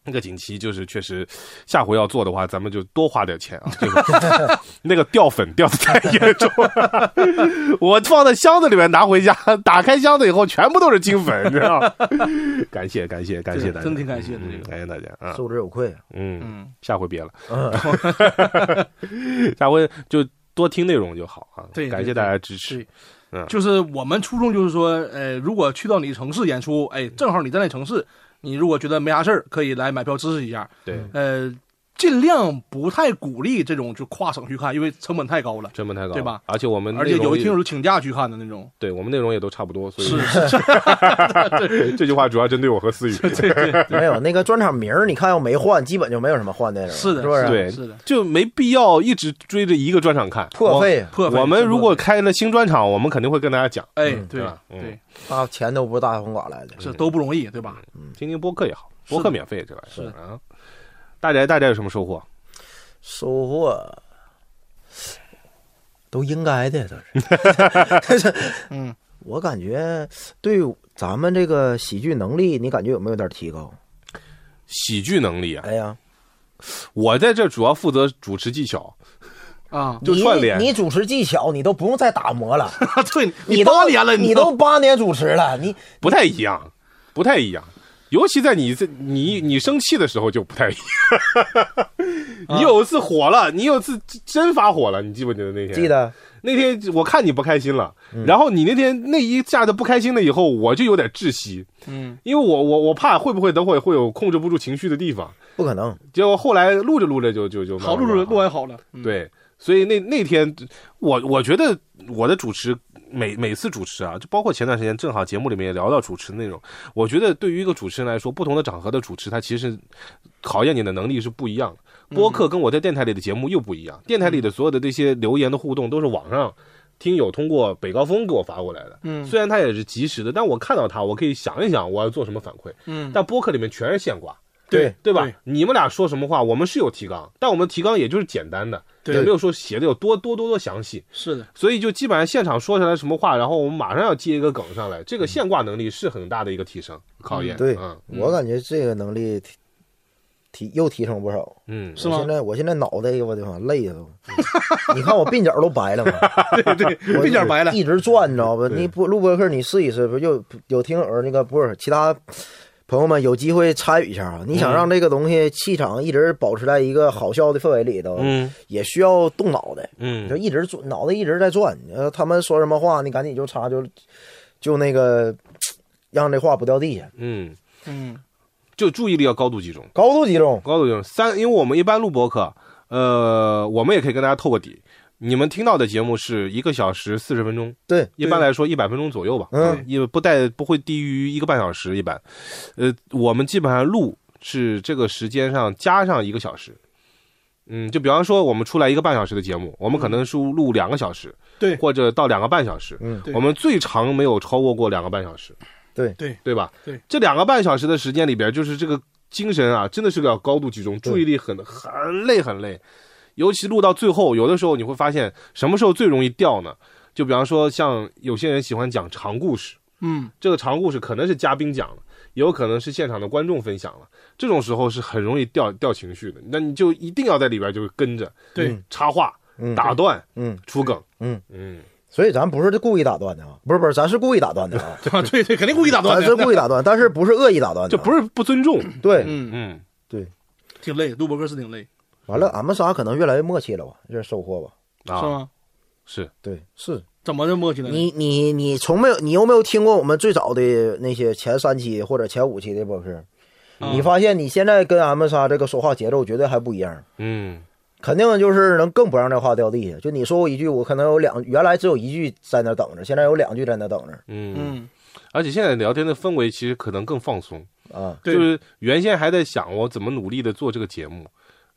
那个锦旗就是确实，下回要做的话，咱们就多花点钱啊。 这个那个掉粉掉的太严重了， 我放在箱子里面拿回家， 打开箱子以后全部都是金粉，你知道吗？ 感谢感谢感谢对大家，真挺感谢的嗯这个感谢大家啊，受之有愧啊。嗯，嗯，下回别了。嗯， 下回就多听内容就好啊。对感对谢大家支持对。就是我们初衷就是说，呃，如果去到你城市演出，哎，正好你在那城市，你如果觉得没啥事儿，可以来买票支持一下，对，呃，尽量不太鼓励这种就跨省去看，因为成本太高了，成本太高了，对吧而且我们而且内容有一也听友请假去看的那种，对我们内容也都差不多，所以是 这句话主要针对我和思雨。 对对没有那个专场名儿，你看要没换，基本就没有什么换的了，是的，是不是？对是的，就没必要一直追着一个专场看，破费啊破费我。我们如真破果费开了新专场，我们肯定会跟大家讲，哎，嗯对对吧嗯对，啊，钱都不是大风刮来的。这都不容易，对吧？听听播客也好，是的播客免费这玩意嗯是儿啊。大宅，大宅有什么收获？收获都应该的，都是。嗯，我感觉对咱们这个喜剧能力，你感觉有没有点提高？喜剧能力啊，哎呀，我在这主要负责主持技巧，啊，就串联你你主持技巧，你都不用再打磨了， 对 你八都年了，你都八年主持了，你不太一样，不太一样。尤其在你这你你生气的时候就不太一样。你有一次火了，你有一次真发火了，你记不记得那天？记得那天我看你不开心了，然后你那天那一下子不开心了以后，我就有点窒息，嗯，因为我我我怕会不会等会会有控制不住情绪的地方。不可能，结果后来录着录着就就就好录慢慢录慢录完好了，慢对，所以那那天我我觉得我的主持每每次主持啊，就包括前段时间正好节目里面也聊到主持内容，我觉得对于一个主持人来说，不同的场合的主持，他其实考验你的能力是不一样的。嗯播客跟我在电台里的节目又不一样，电台里的所有的这些留言的互动都是网上听友通过北高峰给我发过来的。嗯虽然它也是及时的，但我看到它，我可以想一想我要做什么反馈。嗯，但播客里面全是现挂，对对吧对？你们俩说什么话，我们是有提纲，但我们提纲也就是简单的，也没有说写的有多多多多详细，是的，所以就基本上现场说出来什么话，然后我们马上要接一个梗上来，这个现挂能力是很大的一个提升考验。对嗯我感觉这个能力提提又提升不少。嗯，是我吗现？在我现在脑袋，我的妈，累的都。 你看我鬓角都白了嘛， 对 鬓角白了一直转，你知道吧？对你不录播客，你试一试，不有有听友那个不是其他朋友们有机会参与一下啊？你嗯想让这个东西气场一直保持在一个好笑的氛围里头，嗯也需要动脑袋，嗯就一直转，脑袋一直在转。呃，他们说什么话，你赶紧就插就就那个，让这话不掉地下，嗯，嗯，就注意力要高度集中，高度集中。高度集中。三，因为我们一般录播客，呃，我们也可以跟大家透个底。你们听到的节目是一个小时四十分钟，对，一般来说一百分钟左右吧，嗯，因为不带不会低于一个半小时一般，呃，我们基本上录是这个时间上加上一个小时，嗯，就比方说我们出来一个半小时的节目，我们可能是录两个小时对或者到两个半小时，嗯对我们最长没有超过过两个半小时，对对对吧？对，这两个半小时的时间里边，就是这个精神啊，真的是要高度集中，注意力很很累很累，尤其录到最后，有的时候你会发现什么时候最容易掉呢？就比方说，像有些人喜欢讲长故事， 嗯，这个长故事可能是嘉宾讲了，也有可能是现场的观众分享了。这种时候是很容易掉掉情绪的，那你就一定要在里边就跟着对，插话、嗯打断、嗯，出梗。嗯嗯，所以咱不是故意打断的啊，不是不是，咱是故意打断的啊。对吧？对对，肯定故意打断咱的，是故意打断，但是不是恶意打断的啊，这不是不尊重。对，嗯，嗯，对，挺累，录播课是挺累，完了，俺们仨可能越来越默契了吧？这是收获吧？啊，是？吗？是对，是怎么就默契了？你你你从没有，你有没有听过我们最早的那些前三期或者前五期的博客？啊嗯你发现你现在跟俺们仨这个说话节奏绝对还不一样，嗯，肯定就是能更不让这话掉地下。就你说我一句，我可能有两，原来只有一句在那等着，现在有两句在那等着嗯，而且现在聊天的氛围其实可能更放松，啊。对就是原先还在想我怎么努力的做这个节目，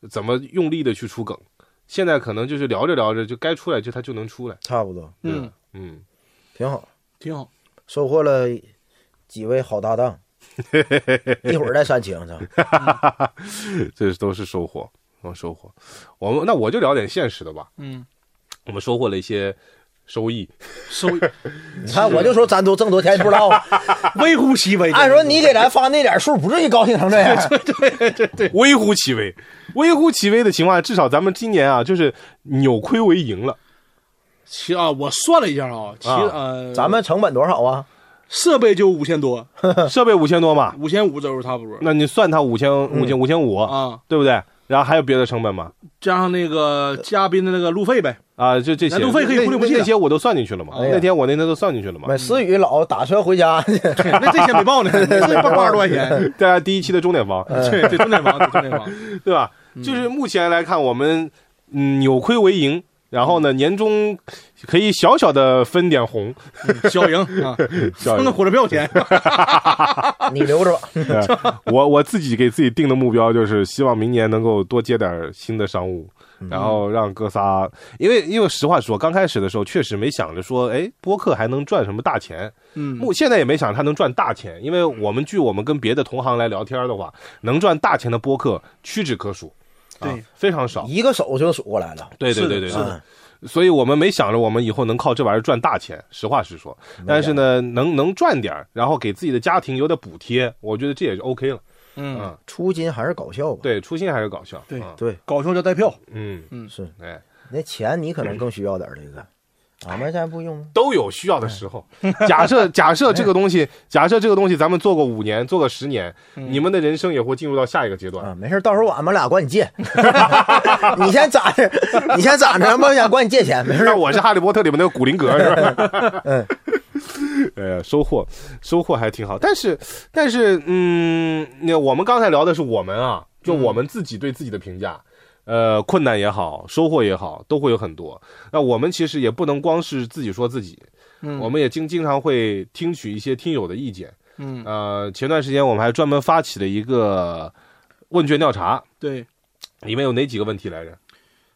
怎么用力的去出梗，现在可能就是聊着聊着就该出来就它就能出来，差不多，对吧嗯，嗯，挺好，挺好。收获了几位好搭档。一会儿再煽情去，这都是收获，嗯，收获。我们那我就聊点现实的吧，嗯，我们收获了一些收益，收你看我就说咱多挣多钱，不知道。微乎其微。按说你给咱发那点数，不至于高兴成这样。微乎其 微，微乎其微的情况下，至少咱们今年啊，就是扭亏为盈了。其啊，我算了一下啊，其啊呃，咱们成本多少啊？设备就五千多，设备五千多嘛，五千五左右差不嗯多那你算它五千五千五千五，啊，对不对？然后还有别的成本嘛？加上那个嘉宾的那个路费呗，啊，就这些那路费可以那忽略不计啊那的那些我都算进去了嘛。哎呀那天我那天都算进去了嘛。买思雨老打车回家去，那这些没报呢， 这报八十多块 钱。大家第一期的重点房，对对，重点房，对重点房，对吧？嗯就是目前来看，我们嗯扭亏为盈，然后嗯呢年终可以小小的分点 红，小赢啊，小分个火车票钱。你留着吧。我我自己给自己定的目标就是希望明年能够多接点新的商务，嗯然后让哥仨，因为因为实话说，刚开始的时候确实没想着说，哎，播客还能赚什么大钱，嗯，目现在也没想着他能赚大钱，因为我们据我们跟别的同行来聊天的话，能赚大钱的播客屈指可数，啊对，非常少，一个手就数过来了。对是对对的对，是对的所以我们没想着我们以后能靠这玩意儿赚大钱，实话实说。但是呢，能能赚点儿，然后给自己的家庭有点补贴，我觉得这也就 OK 了。啊嗯，初心还是搞笑吧。对，初心还是搞笑。对嗯对，搞笑叫带票，嗯，是哎，那钱你可能更需要点这个，俺们现在不用。都有需哎要的时候。假设假设这个东西，假设这个东西咱们做个五年，做个十年，嗯你们的人生也会进入到下一个阶段。啊，没事，到时候俺们俩管你借， 你先攒着，你先攒着，俺们俩管你借钱， 没事那。我是哈利波特里面那个古灵阁是吧？嗯， 哎呀，收获收获还挺好，但是但是嗯，那我们刚才聊的是我们啊，就嗯我们自己对自己的评价。呃，困难也好，收获也好，都会有很多。那我们其实也不能光是自己说自己，嗯我们也经经常会听取一些听友的意见。嗯，呃，前段时间我们还专门发起了一个问卷调查，对，里面有哪几个问题来着？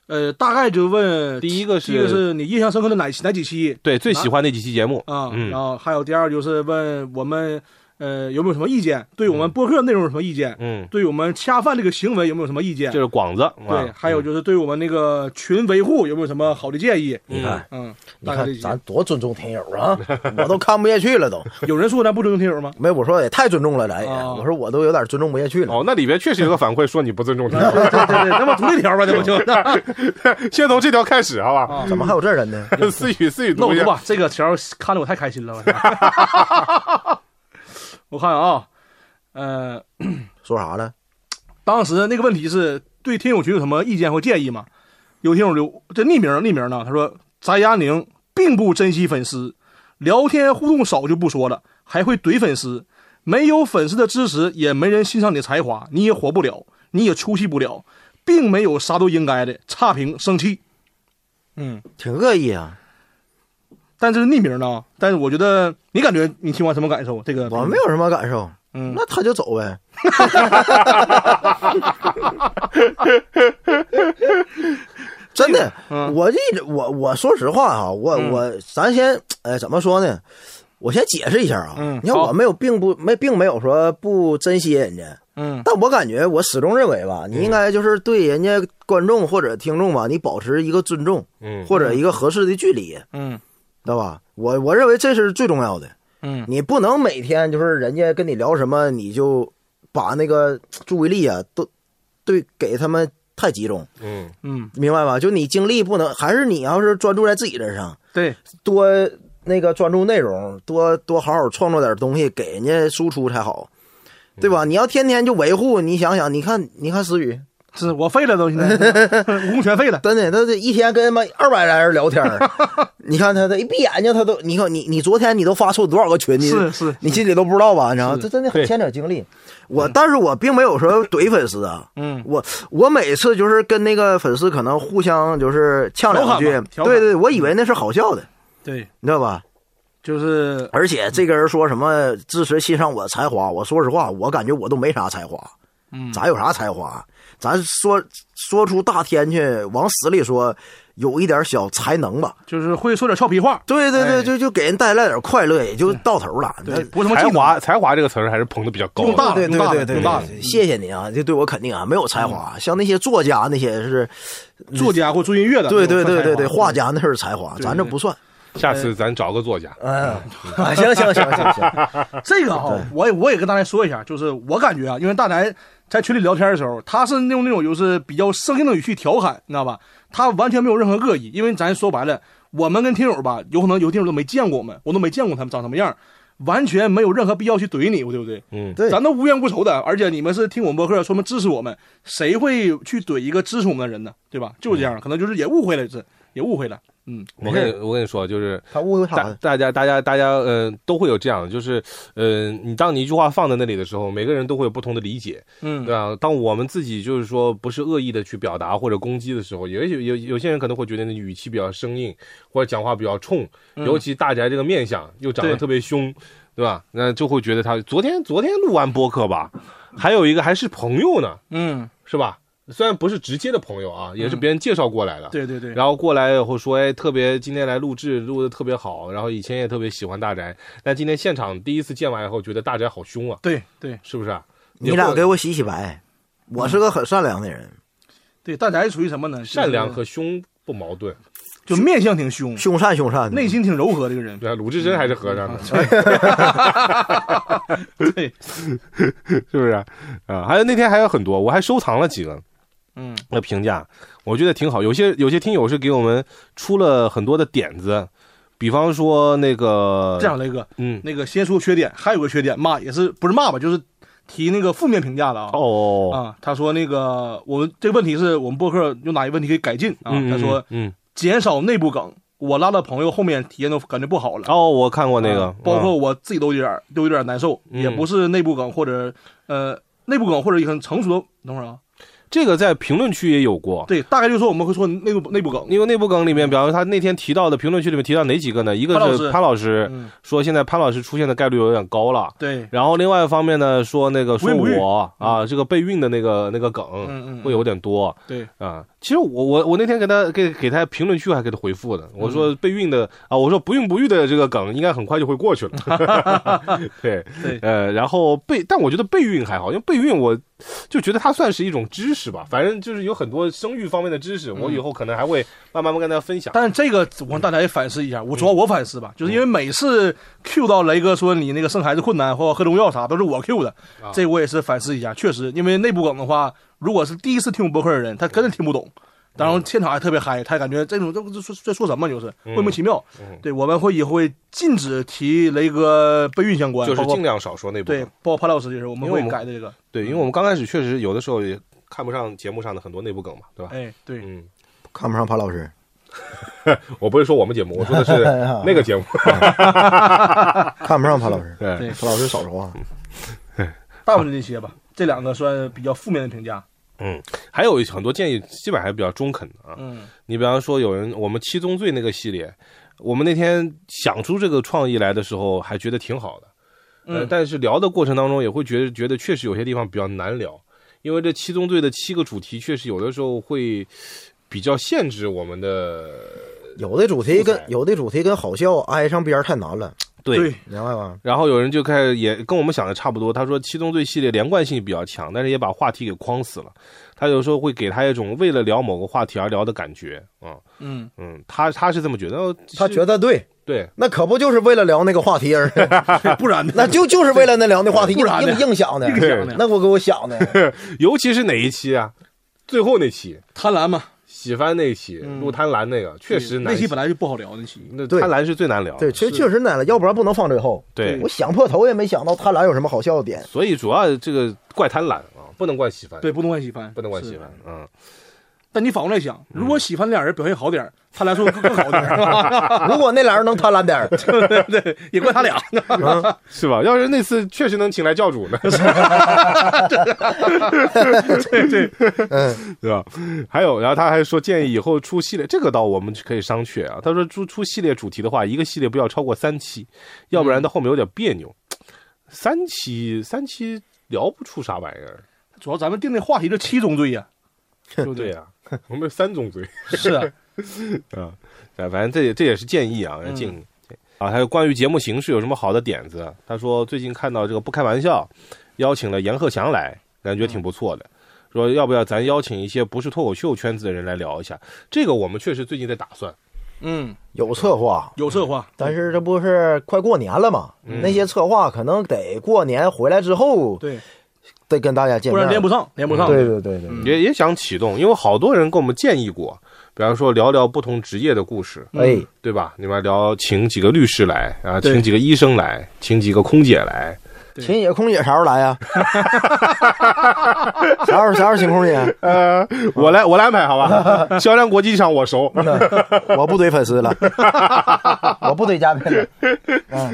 呃，大概就问第一个是第一个是你印象深刻的哪哪几期对最喜欢那几期节目啊？嗯然后还有第二就是问我们呃有没有什么意见，对我们播客内容有什么意见，嗯，对我们恰饭这个行为有没有什么意见这？是广子，对，啊还有就是对我们那个群维护有没有什么好的建议？你看，嗯，你大概这看，些。咱多尊重听友 啊，我都看不下去了都。有人说咱不尊重听 友吗？没，我说也太尊重了，咱也，啊我说我都有点尊重不下去了。哦，那里边确实有个反馈说你不尊重听对 对对，那么读一条吧，那我就那 先从这条开始，好吧？啊怎么还有这人呢？ 思雨，思雨那读我一读下。吧，这个条看得我太开心了，我操 我看啊，呃，说啥了？当时那个问题是对听友群有什么意见或建议吗？有听友留这匿名匿名呢，他说翟佳宁并不珍惜粉丝，聊天互动少就不说了，还会怼粉丝，没有粉丝的支持，也没人欣赏你的才华，你也火不了，你也出息不了，并没有啥都应该的，差评生气。嗯，挺恶意啊，但这是匿名的啊，但是我觉得你感觉你听完什么感受？这个我没有什么感受。嗯那他就 走呗。真的，嗯我这我我说实话啊，我我咱先哎怎么说呢？我先解释一下啊，嗯你看好我没有并不没并没有说不珍惜人家，嗯但我感觉我始终认为吧，你应该就是对人家观众或者听众吧，你保持一个尊重嗯，或者一个合适的距离，嗯知道吧？我我认为这是最重要的。嗯你不能每天就是人家跟你聊什么，你就把那个注意力啊都对给他们太集中，嗯，嗯，明白吧？就你精力不能，还是你要是专注在自己身上，对，多那个专注内容，多多好好创作点东西给人家输出才好，对吧？你要天天就维护，你想想，你看你看思雨是我废了都现 在，武功全废了。真的，他这一天跟他妈二百来人聊天儿， 你看他这一闭眼睛，他都，你看你你昨天你都发出多少个群，你是是嗯你心里都不知道吧？然后这真的很对牵扯精力。我，但是我并没有说怼粉丝啊，嗯，我我每次就是跟那个粉丝可能互相就是呛两句调侃嘛，调侃嗯对对，我以为那是好笑的，对，你知道吧？就是而且这个人说什么支持欣赏我的才华，我说实话，我感觉我都没啥才华，嗯，咱有啥才华？咱说说出大天去，往死里说，有一点小才能吧。就是会说点俏皮话，对对对，哎就就给人带来点快乐，也就到头了。那对，不是什么才技能华，才华这个词儿还是捧的比较高用的。大对了，对用大对了，对用大了。对，谢谢您啊，这对我肯定啊，没有才华。像那些作家那些是，作家或做音乐的，对对对对对，画画家那是才华，咱这不算。下次咱找个作家，嗯，啊行行行行行，这个哈，我也我也跟大家说一下，就是我感觉啊，因为大宅在群里聊天的时候，他是用那种就是比较生硬的语气调侃，你知道吧？他完全没有任何恶意，因为咱说白了，我们跟听友吧，有可能有听友都没见过我们，我都没见过他们长什么样，完全没有任何必要去怼你，对不对？嗯，对咱都无冤无仇的，而且你们是听我们播客，说明支持我们，谁会去怼一个支持我们的人呢？对吧？就是这样，可能就是也误会了，是也误会了。嗯，我跟你我跟你说，就是他误会啥大了？大家大家大家呃都会有这样，就是呃你当你一句话放在那里的时候，每个人都会有不同的理解，嗯对啊。当我们自己就是说不是恶意的去表达或者攻击的时候，也许有有些人可能会觉得你语气比较生硬，或者讲话比较冲，尤其大宅这个面相又长得嗯对特别凶，对吧？那就会觉得他昨天昨天录完播客吧，还有一个还是朋友呢，嗯，是吧？虽然不是直接的朋友啊，也是别人介绍过来的，对对对，然后过来以后说，哎，特别今天来录制，录的特别好，然后以前也特别喜欢大宅，但今天现场第一次见完以后，觉得大宅好凶啊，对对是不是啊？你俩给我我洗洗白，我是个很善良的人。对，大宅属于什么呢？就是善良和凶不矛盾，就面相挺凶，凶善凶善的，嗯内心挺柔和这个人。对啊，鲁智深还是和尚呢， 对，是不是啊？啊还有那天还有很多，我还收藏了几个，嗯，那评价我觉得挺好。有些有些听友是给我们出了很多的点子，比方说那个这样，雷哥，嗯，那个先说缺点，还有个缺点骂也是不是骂吧，就是提那个负面评价的啊。哦，啊，他说那个我们这个问题是我们播客有哪些问题可以改进啊？嗯，他说嗯，嗯，减少内部梗，我拉了朋友后面体验都感觉不好了。哦，我看过那个啊，包括嗯我自己都有点儿都有点儿难受，嗯也不是内部梗或者呃内部梗或者很成熟的，等会儿啊，这个在评论区也有过，对，大概就是说我们会说内部内部梗，因为内部梗里面，比方说他那天提到的评论区里面提到哪几个呢？一个潘老是师潘老师嗯，说现在潘老师出现的概率有点高了，对，然后另外一方面呢，说那个说不孕不育我啊，这个备孕的那个那个嗯梗嗯会有点多对，啊。其实我我我那天给他给给他评论区还给他回复的，我嗯说备孕的啊，我说不孕不育的这个梗应该很快就会过去了。 对对呃，然后备，但我觉得备孕还好，因为备孕我就觉得它算是一种知识吧，反正就是有很多生育方面的知识，我以后可能还会慢慢跟大家分享。嗯但这个我让大家也反思一下，我主要嗯我反思吧，就是因为每次 Q 到雷哥说你那个生孩子困难或喝中药啥，都是我 Q 的，啊这我也是反思一下，确实，因为内部梗的话，如果是第一次听我播客的人，他真的听不懂。嗯当然，现场还特别嗨，他感觉这种这这说这说什么就是嗯莫名其妙。对，我们会以后会禁止提雷哥备孕相关，就是包括尽量少说那部分对，包括潘老师这事，我们因为会我们啊改的这个。对，因为我们刚开始确实有的时候也看不上节目上的很多内部梗嘛，对吧？哎，对，嗯，看不上潘老师。我不是说我们节目，我 说的是哎那个节目。呃看不上潘老师，对对潘老师少说话。大部分这些吧，这两个算比较负面的评价。嗯，还有很多建议，基本上还比较中肯的啊。嗯，你比方说，有人我们七宗罪那个系列，我们那天想出这个创意来的时候，还觉得挺好的。呃，嗯但是聊的过程当中，也会觉得觉得确实有些地方比较难聊，因为这七宗罪的七个主题，确实有的时候会比较限制我们的有的主题素跟材有的主题跟好笑挨上边儿太难了，对明白吗？然后有人就开始也跟我们想的差不多，他说七宗罪系列连贯性比较强，但是也把话题给框死了。他有时候会给他一种为了聊某个话题而聊的感觉啊，嗯，嗯，他他是这么觉得，哦他是觉得对，对，那可不就是为了聊那个话题而， 不然呢？ 那就就是为了那聊那话题不然呢硬硬想的，硬想的那我给我想的，尤其是哪一期啊，最后那期贪婪嘛，喜番那期录贪婪那个确实难嗯嗯那期本来就不好聊，那期那对贪婪是最难啊聊的，对，确确实难了，要不然不能放最后。对我想破头也没想到贪婪有什么好笑的点，所以主要这个怪贪婪啊，不不能怪喜欢，对，，不能怪喜欢，不能怪是喜欢。，嗯，但你反过来想，如果喜欢俩人表现好点儿，他俩说更更好点儿，是吧 如果那俩人能贪 婪点儿，对，也怪他俩。是吧？要是那次确实能请来教主呢， 嗯，对吧？还有，然后他还说建议以后出系列，这个倒我们可以商榷啊。他说出出系列主题的话，一个系列不要超过三期，要不然到后面有点别扭。三期三期聊不出啥玩意儿，主要咱们定的话题是七宗罪呀，对不对呀、我们有三种罪。是啊，啊，哎反正这也这也是建议啊，建议、啊。还有关于节目形式有什么好的点子？他说最近看到这个不开玩笑，邀请了阎鹤祥来，感觉挺不错的。说要不要咱邀请一些不是脱口秀圈子的人来聊一下？这个我们确实最近在打算。嗯，有策划，有策嗯划，但是这不是快过年了嘛？嗯那些策划可能得过年回来之后对，再跟大家见不面，然连不上，嗯连不上。对对对对，也也想启动，因为好多人跟我们建议过，比方说聊聊不同职业的故事，嗯哎，对吧？你们聊请几个律师来啊，对请几个医生来，请几个空姐来，对秦姐、空姐啥时候 来呀？啥时候啥时候请空姐？呃，我来我来安排好吧？肖战国际机场我熟，嗯我不怼 粉丝了，我不怼嘉宾了。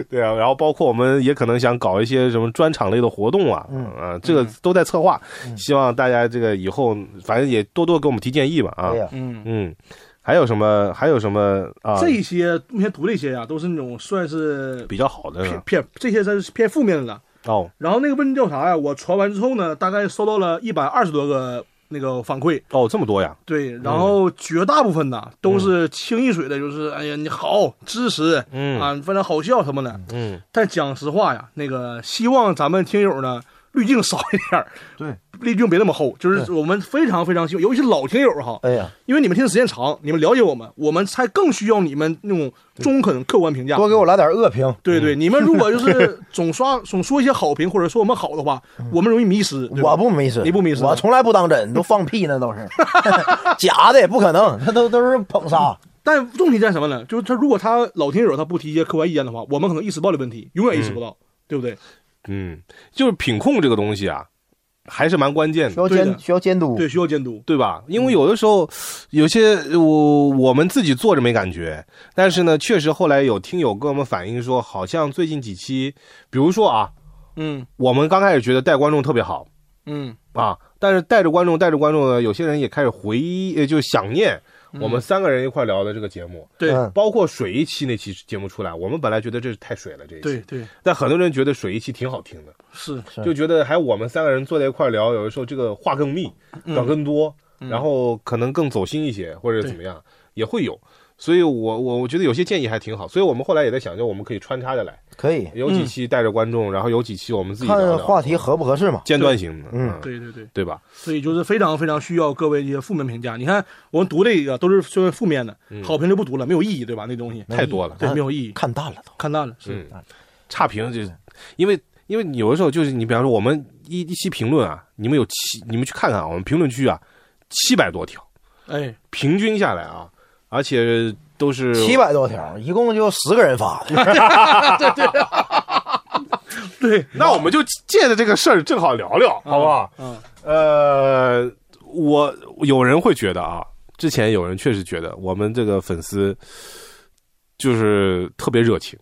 对啊，然后包括我们也可能想搞一些什么专场类的活动啊，嗯啊，这个都在策划，希望大家这个以后反正也多多给我们提建议吧啊哎，呀，嗯，嗯，还有什么还有什么啊？这些目前读这些呀，都是那种算是比较好的偏偏这些算是偏负面的了。哦然后那个问卷调查呀，我传完之后呢，大概收到了一百二十多个那个反馈，哦这么多呀，对，然后绝大部分呢都是清一水的，就是哎呀你好支持，嗯啊，非常好笑什么的。嗯，但讲实话呀，那个希望咱们听友呢滤镜少一点儿，对， 滤镜别那么厚。就是我们非常非常希望，尤其是老听友哈，哎呀，因为你们听的时间长，你们了解我们，我们才更需要你们那种中肯客观评价。多给我来点恶评，对对，你们如果就是总刷总说一些好评或者说我们好的话，我们容易迷失。对吧我不迷失，你不迷失我从来不当真，都放屁那 都是假的，也不可能，那都都是捧杀。但重点在什么呢？就是他如果他老听友他不提一些客观意见的话，我们可能意识不到这问题，永远意识不到，对不对？嗯，就是品控这个东西啊，还是蛮关键需的。要对监的需要监督，对，需要监督。对吧？因为有的时候，有些我我们自己做着没感觉，但是呢，确实后来有听友跟我们反映说，好像最近几期，比如说啊，嗯我们刚开始觉得带观众特别好嗯，啊，但是带着观众带着观众呢，有些人也开始回忆，呃就想念我们三个人一块聊的这个节目，对嗯包括水一期那期节目出来，我们本来觉得这是太水了这一期，对对但很多人觉得水一期挺好听的，是，对就觉得还我们三个人坐在一块儿聊，有的时候这个话更密，嗯嗯梗更多，然后可能更走心一些，或者怎么样也会有。所以我，我我觉得有些建议还挺好，所以我们后来也在想，就我们可以穿插着来，可以有几期带着观众，然后有几期我们自己聊嗯看话聊，题合不合适嘛。间断型的，嗯对对对。对吧？所以就是非常非常需要各位一些负面评价。你看，我们读这个都是虽然负面的，好评就不读了，没有意义，对吧？那东西嗯太多了，对，没有意义，看淡了都，看淡了。是，嗯，差评就是因为因为有的时候就是你，比方说我们一一期评论啊，你们有七，你们去看看啊，我们评论区啊，七百多条，哎，平均下来啊，而且都是七百多条，一共就十个人发的， 对，那我们就借着这个事儿正好聊聊，好不好？嗯呃，我有人会觉得啊，之前有人确实觉得我们这个粉丝就是特别热情，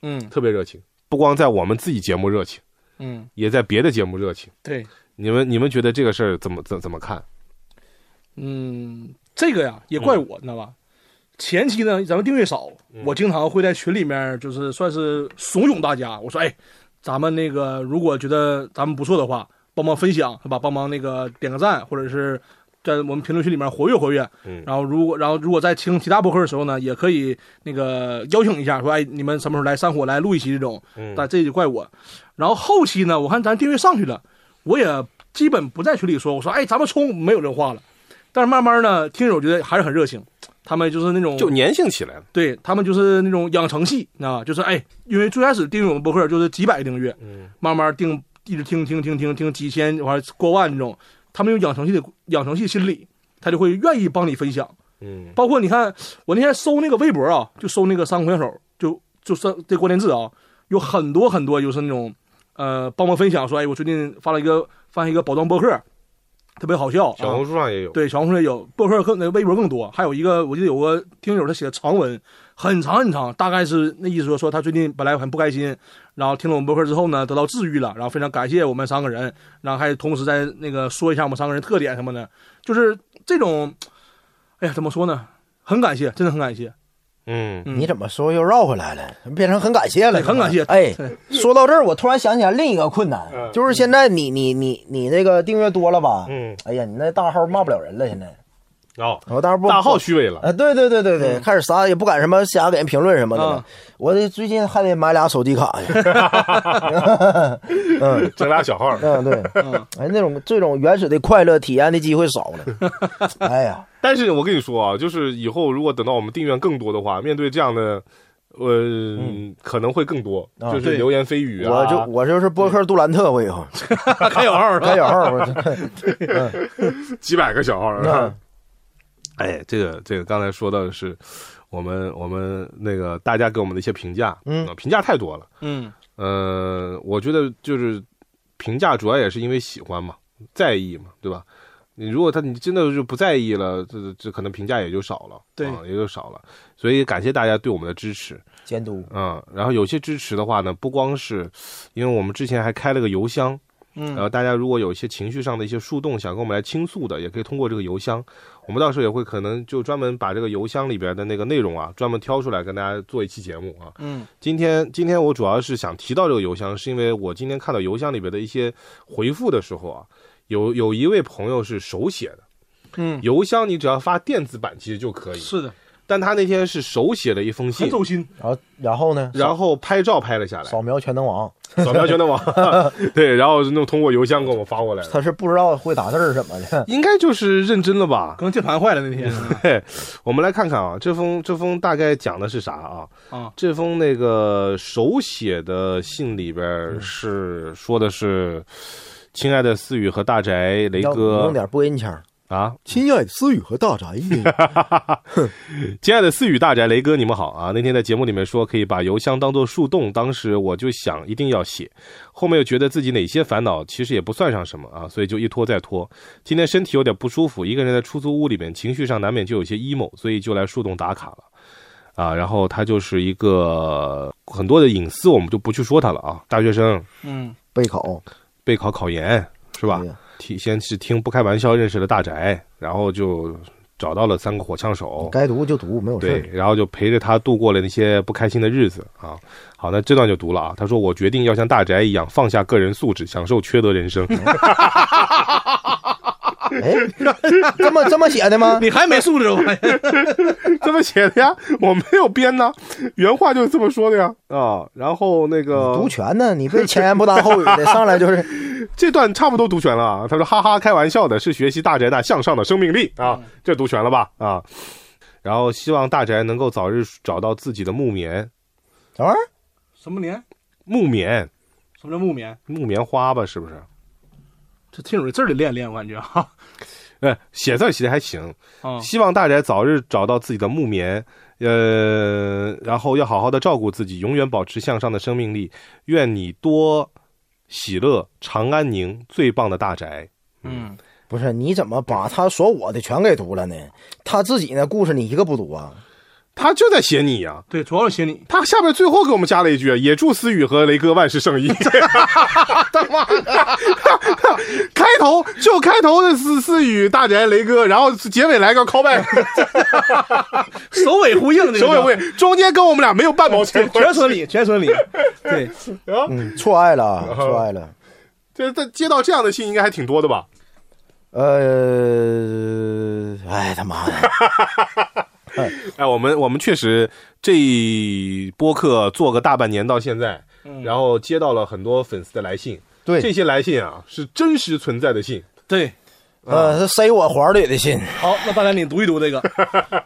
嗯特别热情，不光在我们自己节目热情，嗯，也在别的节目热情。对，你们你们觉得这个事儿怎么怎怎么看？嗯，这个呀也怪我，你知道吧？前期呢，咱们订阅少，我经常会在群里面就是算是怂恿大家，我说，哎，咱们那个如果觉得咱们不错的话，帮忙分享是吧？帮忙那个点个赞，或者是在我们评论区里面活跃活跃。嗯然后如果然后如果在听其他播客的时候呢，也可以那个邀请一下，说哎，你们什么时候来山火来录一期这种。嗯但这就怪我。然后后期呢，我看咱订阅上去了，我也基本不在群里说，我说哎，咱们冲，没有这话了。但是慢慢呢，听友觉得还是很热情，他们就是那种就粘性起来了。对他们就是那种养成系，啊，就是哎，因为最开始订阅我们播客就是几百个订阅，嗯，慢慢订一直听听听听听几千，完了过万这种，他们有养成系的养成系心理，他就会愿意帮你分享。嗯包括你看，我那天搜那个微博啊，就搜那个三个选手，就就三这关键字啊，有很多很多就是那种呃帮忙分享说，哎，我最近发了一个发现一个宝藏播客，特别好笑。啊小红书上也有，对，小红书也有，博客更那个微博更多。还有一个，我记得有个听友他写的长文，很长很长，大概是那意思说说他最近本来很不开心，然后听了我们博客之后呢，得到治愈了，然后非常感谢我们三个人，然后还同时在那个说一下我们三个人特点什么的，就是这种，哎呀，怎么说呢？很感谢，真的很感谢。嗯，你怎么说又绕回来了？变成很感谢了，对很感谢哎对，嗯说到这儿，我突然想起来另一个困难，就是现在你你你你这个订阅多了吧？嗯，哎呀，你那大号骂不了人了，现在哦，我大号不大号虚伪了，啊，对对对对嗯对，开始啥也不敢什么瞎给人评论什么的了啊。我这最近还得买俩手机卡 呀。嗯整俩小号。嗯，对，哎，那种这种原始的快乐体验的机会少 了。哎呀， 但是我跟你说啊，就是以后如果等到我们订阅更多的话，面对这样的，呃，可能会更多，啊就是对流言蜚语啊。我就 我就是播客杜兰特，我以后开小号是吧？开小号，我这几百个小号。嗯哎，这个这个刚才说到的是我们我们那个大家给我们的一些评价，嗯啊，评价太多了。嗯，呃，我觉得就是评价主要也是因为喜欢嘛，在意嘛，对吧？你如果他你真的就不在意了，这这可能评价也就少了，对啊也就少了。所以感谢大家对我们的支持，监督。嗯，然后有些支持的话呢，不光是因为我们之前还开了个邮箱，嗯然后大家如果有一些情绪上的一些树洞，想跟我们来倾诉的，也可以通过这个邮箱，我们到时候也会可能就专门把这个邮箱里边的那个内容啊，专门挑出来跟大家做一期节目啊。嗯，今天今天我主要是想提到这个邮箱，是因为我今天看到邮箱里边的一些回复的时候啊，有有一位朋友是手写的，嗯邮箱你只要发电子版其实就可以，是的，但他那天是手写了一封很信。走心。然后然后呢？然后拍照拍了下来，扫描全能王，扫描全能 网，对，然后弄通过邮箱给我们发过来的，他是不知道会打字儿怎么的。应该就是认真了吧可？能键盘坏了那天嘿，我们来看看啊，这封这封大概讲的是啥啊？啊，这封那个手写的信里边嗯儿是说的是，亲爱的思雨和大宅雷要哥弄点播音腔。啊，亲爱的思雨和大宅， 亲爱的思雨、大宅、雷哥，你们好啊！那天在节目里面说可以把邮箱当做树洞，当时我就想一定要写，后面又觉得自己哪些烦恼其实也不算上什么啊，所以就一拖再拖。今天身体有点不舒服，一个人在出租屋里面，情绪上难免就有些 emo，所以就来树洞打卡了。啊，然后他就是一个很多的隐私，我们就不去说他了啊。大学生嗯备考备考考研是是吧？提先是听不开玩笑认识了大宅，然后就找到了三个火枪手，该读就读，没有事对儿。，然后就陪着他度过了那些不开心的日子啊。好，那这段就读了啊。他说：“我决定要像大宅一样放下个人素质，享受缺德人 生。哎，这么这么写的 吗？嗯你还没素质我。”这么写的呀，我没有编呢，原话就是这么说的呀。啊，然后那个读全呢？你别前言不搭后语的，上来 就是这段差不多读全了啊。他说：“哈哈，开玩笑的，是学习大宅那向上的生命力啊，这读全了吧？啊。”然后希望大宅能够早日找到自己的木棉，等会儿什么年？木棉，什么叫木棉？木棉花吧，是不是？这听友这字儿得练练，我感觉啊 哈。哎，写字儿写的还行，啊，希望大宅早日找到自己的木棉，呃，然后要好好的照顾自己，永远保持向上的生命力。愿你多喜乐，长安宁，最棒的大宅。嗯，不是你怎么把他所我的全给读了呢？他自己那故事你一个不读啊？他就在写你呀、对，主要是写你。他下面最后给我们加了一句：“啊也祝思雨和雷哥万事胜意。” 他妈的，开头就开头的思思雨、大宅、雷哥，然后结尾来个 callback，首尾呼应，这个首尾叫会，中间跟我们俩没有半毛钱关 全系。村里，全村里，对，嗯，错爱了啊，错爱了。这这接到这样的信应该还挺多的吧？呃，哎他 妈的，哎，我们我们确实这一播客做个大半年到现在，然后接到了很多粉丝的来信，这对，些来信啊是真实存在的信，对。呃，他塞我怀里的信，好，那大家你读一读这个，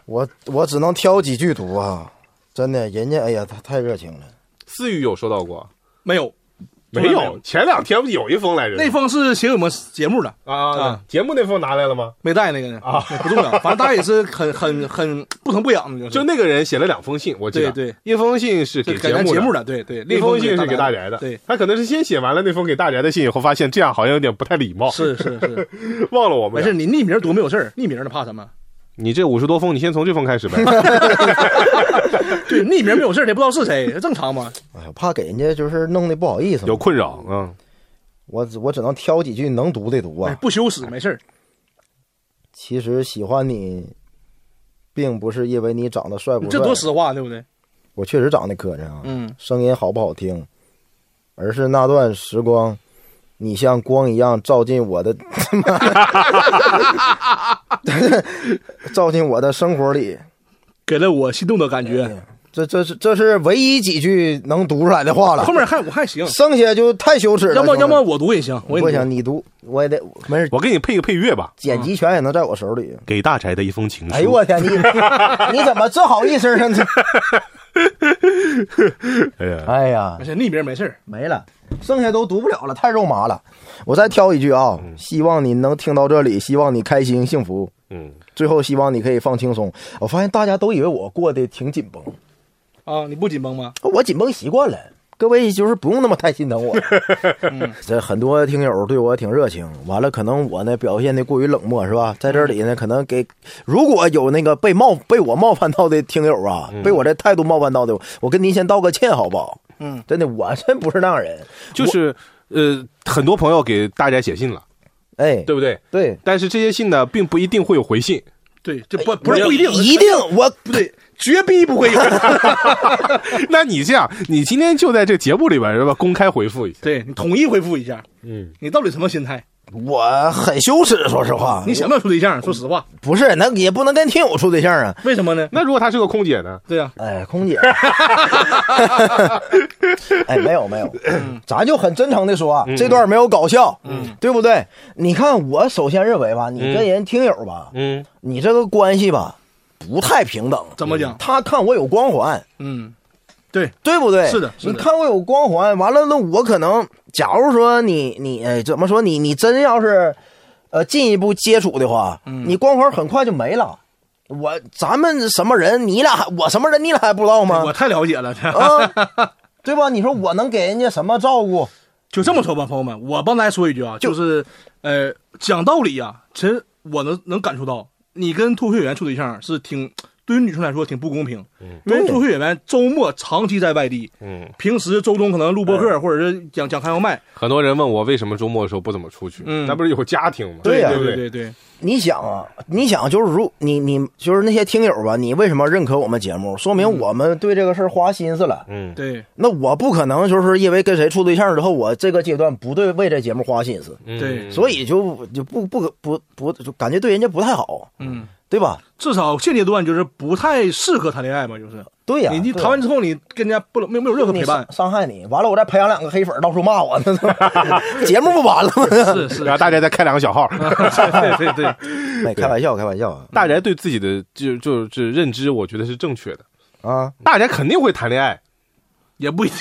我我只能挑几句读啊。真的，人家哎呀，他太热情了。思雨有收到过，没有，从没来没有，前两天有一封来着，那封是写给我们节目的，啊啊，节目那封拿来了吗？没带那个呢啊，不重要，反正大家也是很很很不疼不痒的，就那个人写了两封信，我记得，对对，一封信是给是给咱目节目的。的，对对，那那封封信是给大大宅的，对，他可能是先写完了那封给大宅的信以后，发现这样好像有点不太礼貌，是是是，忘了我们没俩。事，你匿名多没有事儿，匿名的怕什么？你这五十多封，你先从这封开始 呗。对，匿名没有事儿，他也不知道是谁，正常嘛。哎呀，怕给人家就是弄得不好意思嘛。有困扰，嗯，我只我只能挑几句能读的读哎啊。不羞耻，没事儿。其实喜欢你，并不是因为你长得帅不这帅，多实话，对不对？我确实长得磕碜啊，嗯，声音好不好听，而是那段时光，你像光一样照进我的， 他妈的照进我的生活里。给了我心动的感觉。这这是这是唯一几句能读出来的话了后，面还我还行，剩下就太羞耻了。要么兄弟要么我读也行，我也不读行，你读我也得没事，我给你配个配乐吧，剪辑权也能在我手里。给大宅的一封情书。哎呦我天，你 你怎么这好意思呢？这哎呀，哎呀没，事，匿名没事儿。没了，剩下都读不了了，太肉麻了。我再挑一句啊，希望你能听到这里，希望你开心幸福。嗯，最后，希望你可以放轻松。我发现大家都以为我过得挺紧绷，啊，你不紧绷吗？我紧绷习惯了。各位就是不用那么太心疼我。嗯这很多听友对我挺热情，完了可能我呢表现的过于冷漠，是吧？在这里呢，可能给如果有那个被冒被我冒犯到的听友啊，被我这态度冒犯到的，我跟您先道个歉，好不好？嗯，真的，我真不是那样人。就是呃，很多朋友给大宅写信了，哎，对不对？对，但是这些信呢，并不一定会有回信。 对，这哎不不是不一定，一定我不对，绝逼不 会有。那你这样，你今天就在这节目里边是吧？公开回复一下。对你统一回复一下，嗯，你到底什么心态？我很羞耻，说实话。你想不想处对象？说实话，不是那也不能跟听友处对象啊？为什么呢？那如果她是个空姐呢？对呀，啊哎，空姐，哎，没有没有，嗯咱就很真诚的说啊，这段没有搞笑，嗯，对不对？你看，我首先认为嗯吧，你跟人听友吧，嗯，你这个关系吧，不太平等。怎么讲？他看我有光环，嗯，对不对？是的是的你看我有光环，完了那我可能，假如说你你哎怎么说你你真要是，呃进一步接触的话，嗯你光环很快就没了。我咱们什么人？你俩我什么人？你俩还不知道吗？哎我太了解了。啊， 对吧？你说我能给人家什么照顾？就这么说吧，朋友们，我帮大家说一句啊，就是，呃，讲道理啊，其实我能能感受到，你跟脱口秀演员处对象是挺，对于女生来说挺不公平，因为脱口秀演员周末长期在外地，嗯，平时周中可能录播客或者是讲讲开放麦，很多人问我为什么周末的时候不怎么出去，嗯那不是有家庭吗？对呀不对对？对对，你想啊，你想就是如你你就是那些听友吧，你为什么认可我们节目？说嗯明我们对这个事儿花心思了。嗯，对那我不可能就是因为跟谁处对象之后，我这个阶段不对为这节目花心思，嗯对所以就就不不不不就感觉对人家不太好，嗯，对吧？至少现阶段就是不太适合谈恋爱嘛，就是，对呀、你你对谈完之后，你跟人家不能没有没有任何陪你伤伴，伤害你，完了我再培养两个黑粉儿到处骂 我，那节目不完了吗？是是，然后大宅再开两个 小号。对对对，哎，开玩笑，开玩笑啊大宅对自己的就就是认知，我觉得是正确的。 啊！大宅肯定会谈恋爱，也不一定，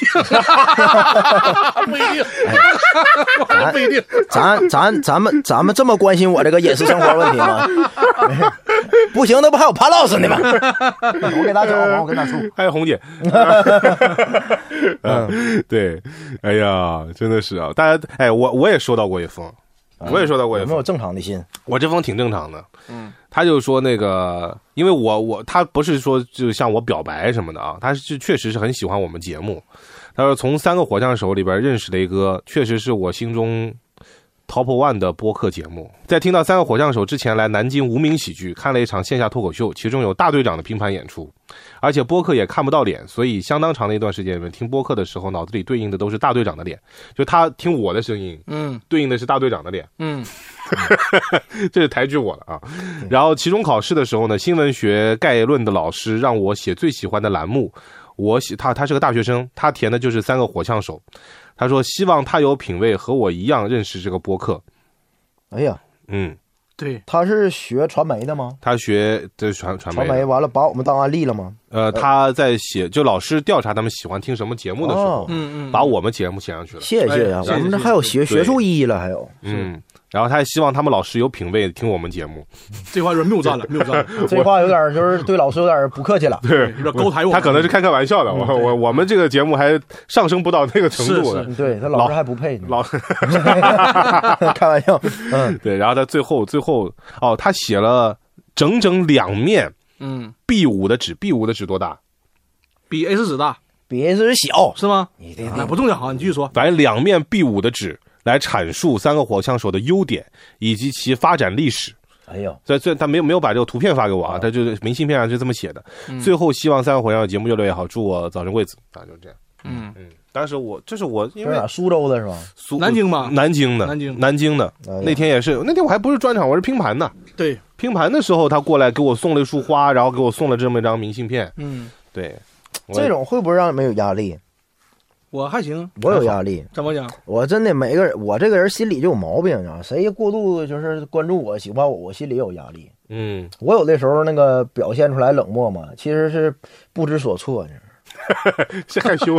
不一 定，不一定。哎咱咱咱们咱们这么关心我这个饮食生活问题 吗？不行，那不还有潘老师呢吗？我给他找，我给他处。还有红姐，嗯，对，哎呀，真的是啊，大家，哎，我我也收到过一封，我也收到过一有没有封，正常的心？我这封挺正常的，嗯，他就说那个，因为我我他不是说就向我表白什么的啊，他是确实是很喜欢我们节目，他说从三个火枪手里边认识雷哥，确实是我心中 Top One 的播客节目。在听到三个火枪手之前，来南京无名喜剧看了一场线下脱口秀，其中有大队长的拼盘演出，而且播客也看不到脸，所以相当长的一段时间里面听播客的时候，脑子里对应的都是大队长的脸，就他听我的声音，嗯对应的是大队长的脸。嗯， 这是抬举我了啊。嗯然后期中考试的时候呢，新闻学概论的老师让我写最喜欢的栏目，我写他他是个大学生，他填的就是三个火枪手。他说希望他有品味，和我一样认识这个播客。哎呀，嗯，对，他是学传媒的吗？他学这传传传媒媒的，完了把我们当案例了吗？呃，他在写就老师调查他们喜欢听什么节目的时候哦，嗯嗯，把我们节目写上去了。谢谢谢谢啊，哎谢谢我们这还有学谢谢学术意义了，还有嗯，然后他还希望他们老师有品位听我们节目，这话有点谬赞了，谬赞了， 这话有点就是对老师有点不客气了。对有点高抬我们他可能是开开玩笑的，我我我们这个节目还上升不到那个程度是的是。嗯对他老师还不配 呢，老开玩笑，嗯，对，然后他最后最后哦，他写了整整两面嗯， B 五的纸，B 五的纸多大？比 A 四纸大比 A 四小，是吗？你这那不重要啊，你继续说。反正两面 B 五的纸来阐述三个火枪手的优点以及其发展历史。哎呦，虽然虽然他没有没有把这个图片发给我嗯啊，他就是明信片上就这么写的。最后希望三个火枪手节目越来越好，祝我早生贵子啊，就是这样。嗯嗯，当时我这是我因这为是哪？啊苏州的是吧？苏南京吧南京的，南京南京的哎呀。那天也是，那天我还不是专场，我是拼盘呢。对，拼盘的时候，他过来给我送了一束花，然后给我送了这么一张明信片。嗯，对，我也这种会不会让你们有压力？我还行，我有压力，怎么讲？我真的每个人，我这个人心里就有毛病啊，谁过度就是关注我、喜欢我，我心里有压力。嗯，我有的时候那个表现出来冷漠嘛，其实是不知所措呢。是 害羞。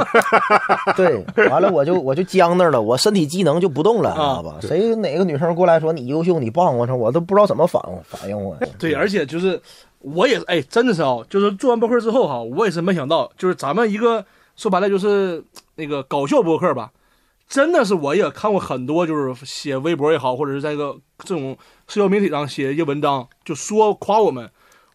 对，完了我就我就僵那儿了，我身体机能就不动了，知啊道吧？谁哪个女生过来说你优秀你棒，我操，我都不知道怎么反反应我。对，而且就是我也是哎，真的是啊、就是做完播客之后哈、我也是没想到，就是咱们一个说白了就是那个搞笑播客吧，真的是我也看过很多，就是写微博也好，或者是在一个这种社交媒体上写一些文章，就说夸我们，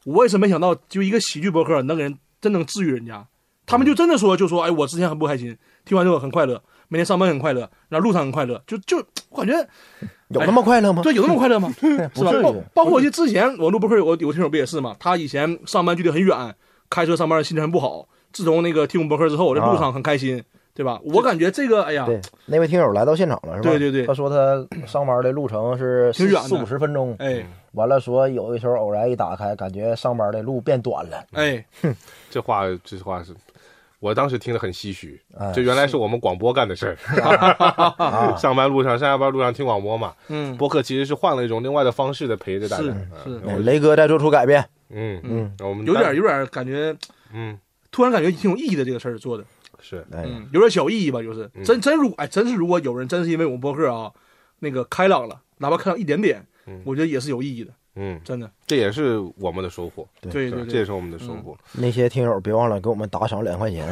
我也是没想到，就一个喜剧播客能给人真能治愈人家，他们就真的说就说哎，我之前很不开心，听完之后很快乐。每天上班很快乐，然后路上很快乐，就就我感觉有那么快 乐吗？对有那啊么快乐吗？ 是不吧至？包于。包括我记得之前我录播客有有听友不也是嘛？他以前上班距离很远，开车上班心情很不好。自从那个听我们播客之后，我在路上很开心，对吧？我感觉这个，哎呀，对，那位听友来到现场了，是吧？对对对他说他上班的路程是挺四远的四五十分钟，哎完了说有的时候偶然一打开，感觉上班的路变短了。哎，这话这话是，我当时听得很唏嘘哎。这原来是我们广播干的事儿，，啊 上班路上、上下班路上听广播嘛。嗯，播客其实是换了一种另外的方式在陪着大家是。嗯是，哎哎雷哥在做出改变，嗯嗯，我们有点当有点感觉，嗯突然感觉挺有意义的这个事儿做的，是哎，嗯，有点小意义吧，就是嗯真真如哎，真是如果有人真是因为我们播客啊，那个开朗了，哪怕开朗一点点嗯，我觉得也是有意义的，嗯，真的，这也是我们的收获。对对是这也对，是我们的收获。那些听友别忘了给我们打赏两 块钱，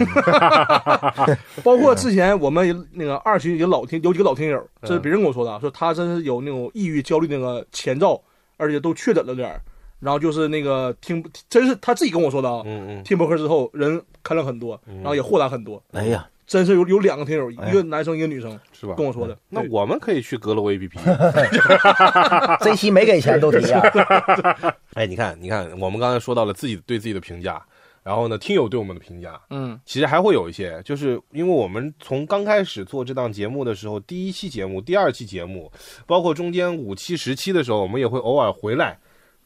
包括之前我们那个二群有老听有几个老听友，嗯这是别人跟我说的啊，说他真是有那种抑郁焦虑那个前兆，而且都确诊了点儿。然后就是那个听，真是他自己跟我说的啊，嗯嗯，听博客之后人开朗很多，然后也豁达很多。哎呀，真是有有两个听友，一哎呀个男生一个女生是吧？哎跟我说的。那对我们可以去阁楼 APP。这期没给钱都提啊，哎，你看，你看，我们刚才说到了自己对自己的评价，然后呢，听友对我们的评价，嗯其实还会有一些，就是因为我们从刚开始做这档节目的时候，第一期节目、第二期节目，包括中间五期、十期的时候，我们也会偶尔回来。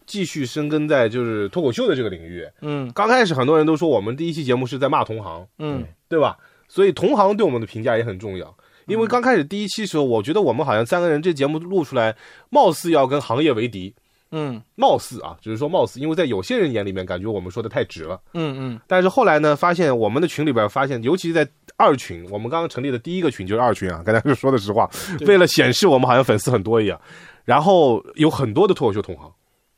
继续深耕在就是脱口秀的这个领域。嗯刚开始很多人都说我们第一期节目是在骂同行，嗯对吧？所以同行对我们的评价也很重要。因为刚开始第一期时候，我觉得我们好像三个人这节目录出来，貌似要跟行业为敌，嗯貌似啊，只是说貌似，因为在有些人眼里面，感觉我们说的太直了。嗯嗯但是后来呢，发现我们的群里边发现，尤其是在二群，我们刚刚成立的第一个群就是二群啊，跟大家说的实 话，为了显示我们好像粉丝很多一样，然后有很多的脱口秀同行，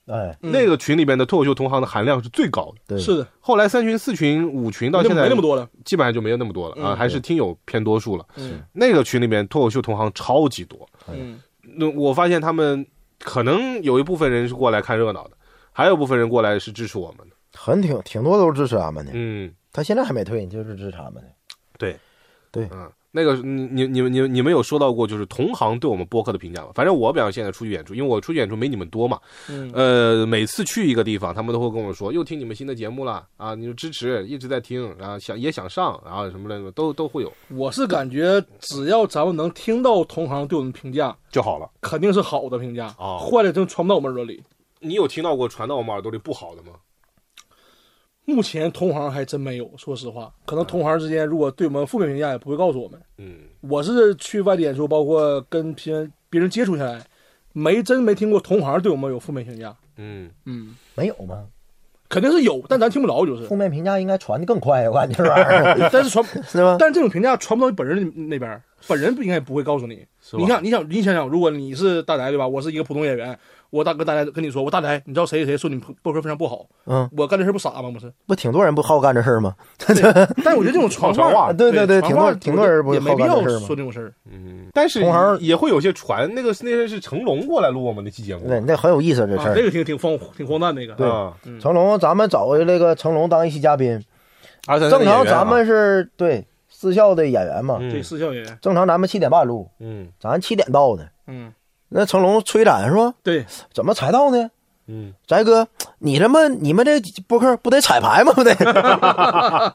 哎，嗯那个群里面的脱口秀同行的含量是最高的。对，是的，后来三群、四群、五群到那现在没那么多了。基本上就没有那么多了啊，嗯还是听友偏多数了。嗯那个群里面脱口秀同行超级多，嗯那我发现他们可能有一部分人是过来看热闹的，还有一部分人过来是支持我们的。很挺挺多都是支持咱们的，嗯，他现在还没退，就是支持咱们的。对，对嗯，那个你你你你你们有说到过就是同行对我们播客的评价吗？反正我表现现在出去演出，因为我出去演出没你们多嘛，嗯呃，每次去一个地方，他们都会跟我说，又听你们新的节目了啊，你就支持，一直在听，然后想也想上，然后什么的都都会有我是感觉只要咱们能听到同行对我们评价，就好了。肯定是好的评价哦坏的真传不到我们耳朵里。你有听到过传到我们耳朵里不好的吗？目前同行还真没有，说实话，可能同行之间如果对我们负面评价也不会告诉我们。嗯我是去外地演出，包括跟别人别人接触下来，没真没听过同行对我们有负面评价，嗯，嗯，没有吗？肯定是有，但咱听不着就是 负。面评价应该传的更快，我感觉这玩意 儿但是传，是吧？但这种评价传不到你本人那边儿，本人不应该不会告诉你。是吧你想，你想，你想想，如果你是大宅对吧？我是一个普通演员，我大哥大宅跟你说，我大宅，你知道谁谁谁说你播客非常不好，嗯，我干这事儿不傻吗？不是，不挺多人不好干这事儿吗？但我觉得这种传好传话话，啊对对对传挺话多挺多人不也没好必干要这事儿吗说这种事儿。但是嗯同行也会有些传，那个那天是成龙过来录我们那期节目，对，那很有意思这事啊，儿。这个挺挺荒挺荒诞那个。对啊，成龙，咱们找回这个成龙当一期嘉宾。二三三的正演员啊常咱们是对私校的演员嘛，对，嗯四校演员，正常咱们七点半录，嗯咱七点到的。嗯，那成龙催咱说对，怎么才到呢？嗯，翟哥，你这么你们这播客不得彩排吗？不得？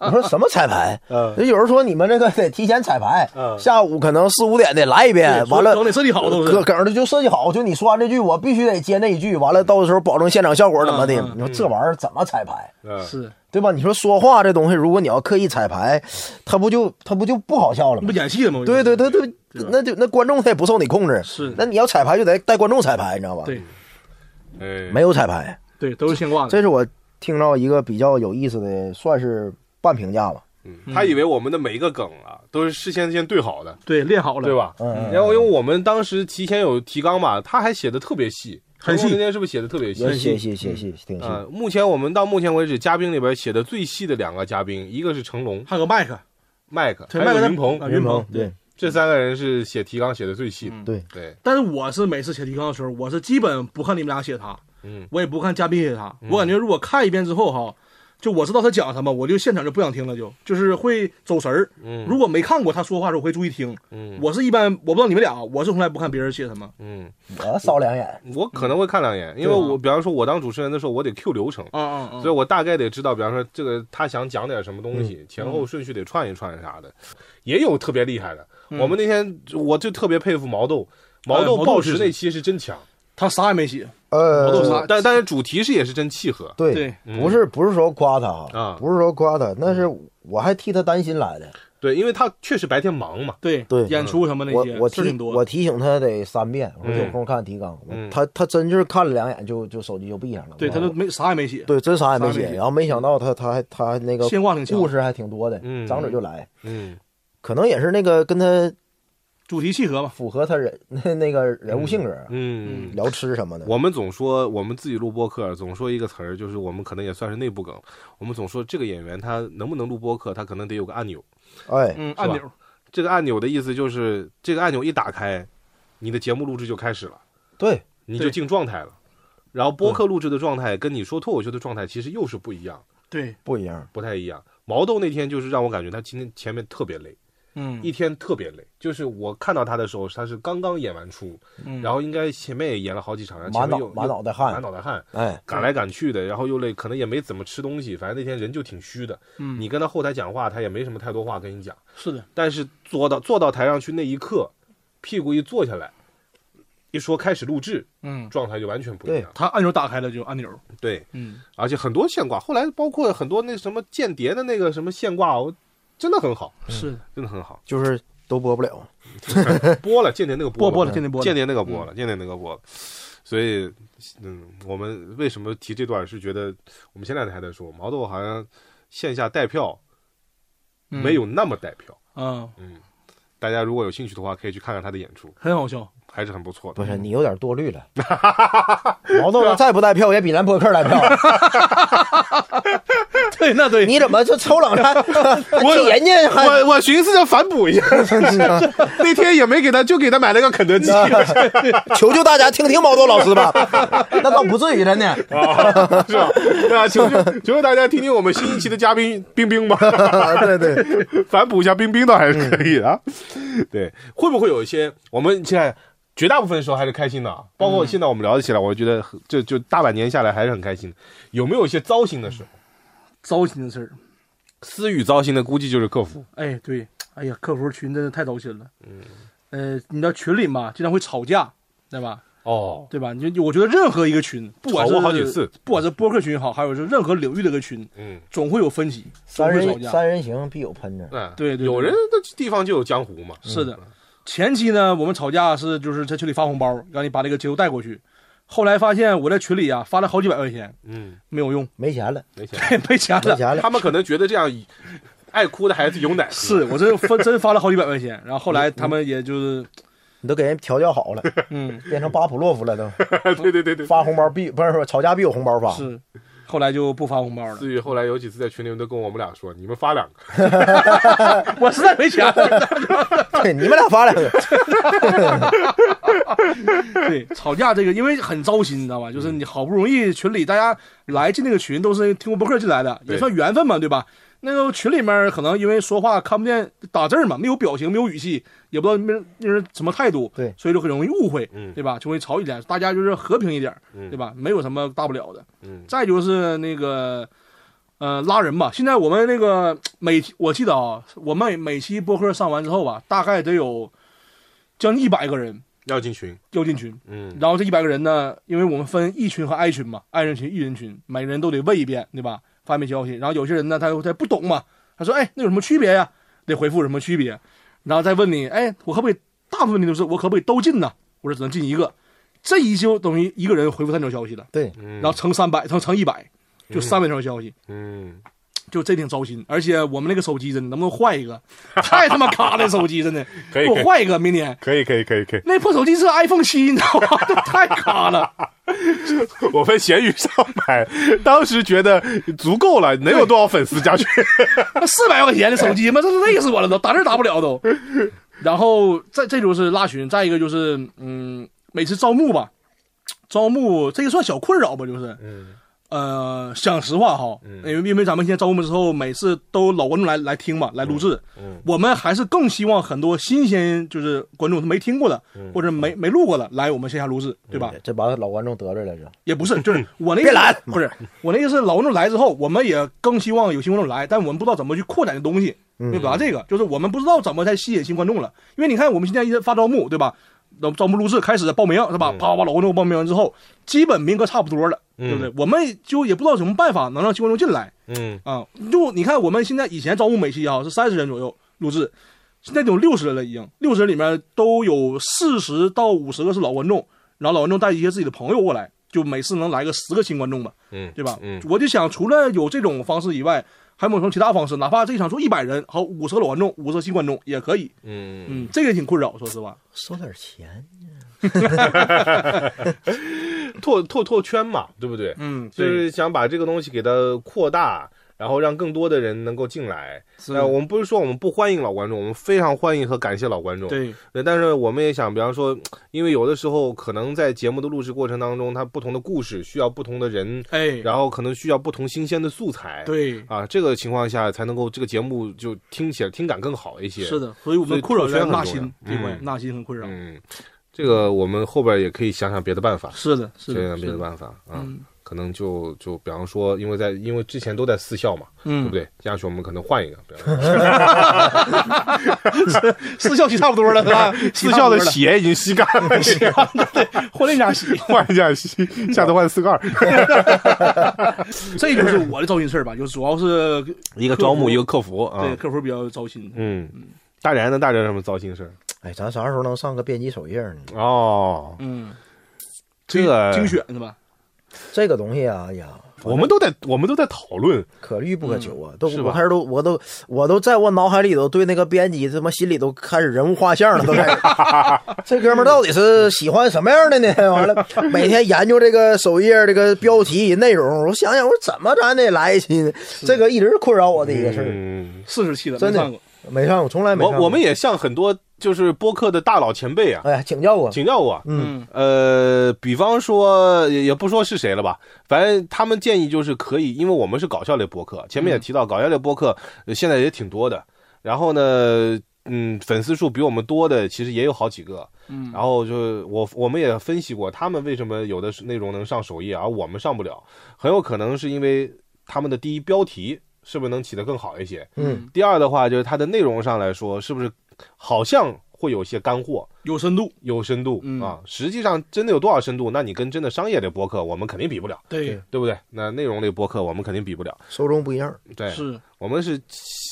我说什么彩排？嗯有人说你们这个得提前彩排，嗯下午可能四五点得来一遍，哎完了都得设 计好都梗是。梗的就设计好，就你说完这句，我必须得接那一句，完了到时候保证现场效果怎么的？嗯嗯你说这玩意儿怎么彩排，嗯是，对吧？你说说话这东西，如果你要刻意彩排，他不就他不就不好笑了那不吗？演戏的吗？对对对对，对吧那就那观众他也不受你控制，是那你要彩排就得带观众彩排，你知道吧？，对嗯哎，没有彩排，对，都是牵挂的。这是我听到一个比较有意思的，算是半评价吧。嗯他以为我们的每一个梗啊都是事先先对好的，对，练好了，对？吧？嗯嗯然后因为我们当时提前有提纲嘛，他还写的特别细，很细成龙那天是不是写的特别细？也谢谢谢谢挺谢呃，目前我们到目前为止，嘉宾里边写的最细的两个嘉宾，一个是成龙、还有个麦克，麦克，对还麦克有他云啊鹏，云鹏嗯对这三个人是写提纲写的最细的。对，对，但是我是每次写提纲的时候，我是基本不看你们俩写他，嗯，我也不看嘉宾写嗯他。我感觉如果看一遍之后哈，就我知道他讲什么，我就现场就不想听了，就就是会走神儿。嗯如果没看过他说话的时候，我会注意听。嗯我是一般我不知道你们俩啊，我是从来不看别人写什么嗯，我啊扫两眼，我可能会看两眼，因为我比方说，我当主持人的时候，我得 Q 流程，嗯啊啊啊所以！我大概得知道，比方说这个他想讲点什么东西，前后顺序得串一串啥的。也有特别厉害的，我们那天我就特别佩服毛豆，毛毛豆豆暴是食那期是真强，他啥也没写，毛豆呃啥，，但但是主题是也是真契合。对对，不是不是说夸他嗯啊嗯不是说夸他，那是我还替他担心来的。对，因为他确实白天忙嘛，对对演出什么那我些我事儿提挺多我的。提醒他得三遍，我说嗯有空看提纲。嗯他他真就是看了两眼就就手机就闭上了。对，我他都没啥也没写。对真啥也没啥也没写，写然后没想到他他还他还那个现挂挺强故事还挺多的嗯，张嘴就来，嗯，可能也是那个跟他主题契合嘛，符合他人 那那个人物性格，嗯，聊吃什么的。我们总说我们自己录播客，总说一个词儿，就是我们可能也算是内部梗。我们总说这个演员他能不能录播客，他可能得有个按钮。哎，嗯，按钮这个按钮的意思就是，这个按钮一打开，你的节目录制就开始了，对，你就对进状态了。然后播客录制的状态跟你说脱口秀的状态其实又是不一样，对，不一样。不太一样。毛豆那天就是让我感觉他今天前面特别累，嗯一天特别累。就是我看到他的时候，他是刚刚演完出，嗯然后应该前面也演了好几场，然后满前脑面又满脑袋满汗，脑袋汗，哎，。赶来赶去的，然后又累，可能也没怎么吃东西，反正那天人就挺虚的。嗯你跟他后台讲话，他也没什么太多话跟你讲。是的，但是坐到坐到台上去那一刻，屁股一坐下来，一说开始录制，嗯，状态就完全不一样。他按钮打开了就按钮，对，嗯，而且很多现挂，后来包括很多那什么间谍的那个什么现挂，我真的很好，嗯是真的很好 就是都播不了。播了间谍那个播播播了，天天播了，嗯间谍那个播了，间谍那个播了。所以，嗯，我们为什么提这段是觉得我们前两天还在说毛豆好像线下带票嗯没有那么带票，啊，大家如果有兴趣的话，可以去看看他的演出，很好笑，还是很不错的。不是你有点多虑 了，毛豆再不带票也比咱播客带票。对，那对， 你怎么就抽冷战？替人家还我我寻思着反哺一下，啊 那天也没给他，就给他买了个肯德 基。 求求大家听听毛豆老师吧， 那倒不至于真的。 啊，是吧？那求求求求大家听听我们新一期的嘉宾冰冰吧， 对对，反哺一下冰冰倒还是可以的啊。对，会不会有一些我们现在绝大部分时候还是开心的啊，包括现在我们聊得起来，我觉得很就就大半年下来还是很开心的。有没有一些糟心的时候？糟心的事儿，私语糟心的估计就是客服，哎，对，哎呀，客服群真的太糟心了，嗯，呃，你知道群里嘛，经常会吵架，对吧？哦，对吧？你就我觉得任何一个群，不管吵是过好几次，不管是播客群也好，还有是任何领域的一个群，嗯。总会有分歧，总三会吵人架，三人行必有喷子。嗯，对对对 有人的地方就有江湖嘛。是的，前期呢，我们吵架是就是在群里发红包，让你把这个节奏带过去。后来发现我在群里啊发了好几百块钱，嗯，没有用， 没钱了，没钱。没钱没了。钱 了。他们可能觉得这样以，爱哭的孩子有奶喝。是我真分真发了好几百块钱，然后后来他们也就是你都给人调教好了，嗯变成巴甫洛夫了都。 对对对对。发红包必不是说吵架必有红包发，是，后来就不发红包了。至于后来有几次在群里面都跟我们俩说，你们发两个，我实在没钱了。 对，你们俩发两个， 对，吵架这个因为很糟心，你知道吧？嗯就是你好不容易群里大家来进那个群，都是听过播客进来的，也对算缘分嘛，对吧？那个群里面可能因为说话看不见打字儿嘛，没有表情，没有语气，也不知道那人那人什么态度，对所以就很容易误会，嗯对吧？就会吵起来，大家就是和平一点儿，嗯对吧？没有什么大不了的。嗯再就是那个，呃，拉人吧。现在我们那个每我记得啊，我们每期播客上完之后吧，大概得有将近一百个人要进群，要进群。嗯，然后这一百个人呢，因为我们分 E 群和 I 群嘛，I 人群、E 人群，每个人都得问一遍，对吧？发一遍消息。然后有些人呢，他他不懂嘛，他说：“哎，那有什么区别呀？”得回复有什么区别，然后再问你：“哎，我可不可以？”大部分问题都是我可不可以都进呢？我说只能进一个，这一就等于一个人回复三条消息了。对，然然后乘三百，乘乘一百，就三百条消息，嗯，就这挺糟心。而且我们那个手机真的，能不能换一个？ 太他妈卡了，手机真的，可以给我换一个，明年。可以可以可以可以， 那破手机是 iPhone 七，你知道吗？ 这太卡了。我们闲鱼上买，当时觉得足够了，能有多少粉丝加群？ 那四百块钱的手机，妈，这是累死我了都，打字打不了 都。然后再这就是拉群，再一个就是嗯，每次招募吧，招募这个算小困扰吧，就是嗯呃，讲实话哈，因为因为咱们现在招募之后，每次都老观众来来听嘛，来录制，嗯我们还是更希望很多新鲜就是观众是没听过的，嗯或者没没录过的来我们线下录制，对吧？这把老观众得罪了这。也不是，就是我那别来 不是我那意思是，老观众来之后，我们也更希望有新观众来，但我们不知道怎么去扩展这东西，明白吧？这个就是我们不知道怎么才吸引新观众了，因为你看我们现在一直发招募，对吧？招招募录制开始报名是吧？啪啪，老观众报名完之后，基本名额差不多了，对不对？我们就也不知道什么办法能让新观众进来嗯啊。就你看我们现在以前招募每期啊是三十人左右录制，现在有六十人了已经，六十人里面都有四十到五十个是老观众，然后老观众带一些自己的朋友过来，就每次能来个十个新观众吧，嗯，对吧？嗯我就想除了有这种方式以外，还有没有什么其他方式？哪怕这一场做一百人，好五十个老观众，五十个新观众也可以。嗯，嗯，这个也挺困扰，说实话。收点钱，拓拓拓圈嘛，对不对？嗯，就对，是想把这个东西给它扩大，然后让更多的人能够进来。那我们不是说我们不欢迎老观众，我们非常欢迎和感谢老观众。对对，但是我们也想，比方说，因为有的时候可能在节目的录制过程当中，它不同的故事需要不同的人，哎，然后可能需要不同新鲜的素材。。对，啊，这个情况下才能够这个节目就听起来听感更好一些。是的，所以我们困扰所以在拓纳圈很新重要这块嗯，纳新很困扰。嗯，这个我们后边也可以想想别的办法，是的，是想的，想别是的的。办法啊。嗯可能就就比方说，因为在因为之前都在私校嘛，对不嗯，对？接下去我们可能换一个，比 方说四校期差不多了，是 吧？私校的洗鞋已经吸干了，差不多了，嗯 对，换另一家 洗。换一下吸，下次换四个二， 这就是我的糟心事儿吧，就是主要是一个客服招募一个客服啊。对客服比较糟心。嗯，大然呢？大然有什么糟心事儿？哎，咱啥时候能上个编辑首页呢？哦，嗯，这哎个精选是吧？这个东西啊，哎呀，我们都在我们都在讨论，可遇不可求啊！都是吧我开始都我都我都在我脑海里头对那个编辑他妈心里都开始人物画像了，都开始。这哥们儿到底是喜欢什么样的呢？完了，每天研究这个首页这个标题内容，我想想，我说怎么咱得来一期呢？ 这个一直是困扰我的一个事儿。嗯，四十期了，真没的看过。没上过，从来没我上过。我们也向很多就是播客的大佬前辈啊哎呀，请教我，请教过，嗯，呃，比方说也也不说是谁了吧，反正他们建议就是可以，因为我们是搞笑类播客，前面也提到搞笑类播客、呃现在也挺多的，然后呢。嗯，粉丝数比我们多的其实也有好几个，嗯，然后就我我们也分析过，他们为什么有的是内容能上首页，而我们上不了，很有可能是因为他们的第一标题是不是能起得更好一些，嗯，第二的话就是它的内容上来说，是不是好像会有些干货，有深度，有深度、啊。实际上真的有多少深度，那你跟真的商业类播客，我们肯定比不了，对，对不对？那内容类播客我们肯定比不了。受众不一样，对，是我们是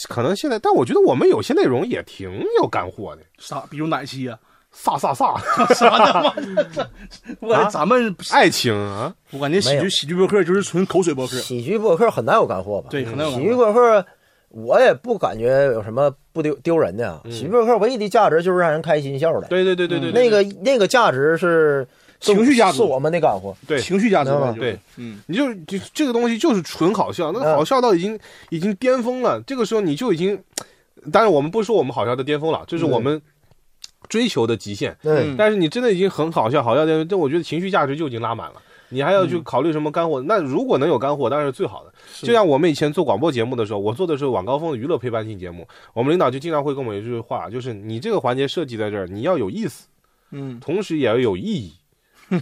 可能现在，但我觉得我们有些内容也挺有干货的，啥？比如哪期呀？飒飒 飒， 啥的吗？ 我感觉咱们爱情啊，我感觉喜没剧有喜剧播客就是纯口水播客，喜剧博客很难有干货吧？嗯对，可能有喜感剧觉博客我也不感觉有什么不丢丢人的啊。喜剧博客唯一的价值就是让人开心笑的，对对对对对，那个那个价值是是情绪价值是我们的干货。对情绪价值知道吧吧？就是对，嗯，你就就这个东西就是纯好笑，那个嗯好笑到已经、已经巅峰了。这个时候你就已经，当然我们不说我们好笑的巅峰了，这是我们追求的极限。嗯，但是你真的已经很好笑，好笑的，这我觉得情绪价值就已经拉满了。你还要去考虑什么干货？那如果能有干货，当然是最好的。就像我们以前做广播节目的时候，我做的是晚高峰的娱乐陪伴性节目，我们领导就经常会跟我们一句话，就是你这个环节设计在这儿，你要有意思，嗯，同时也要有意义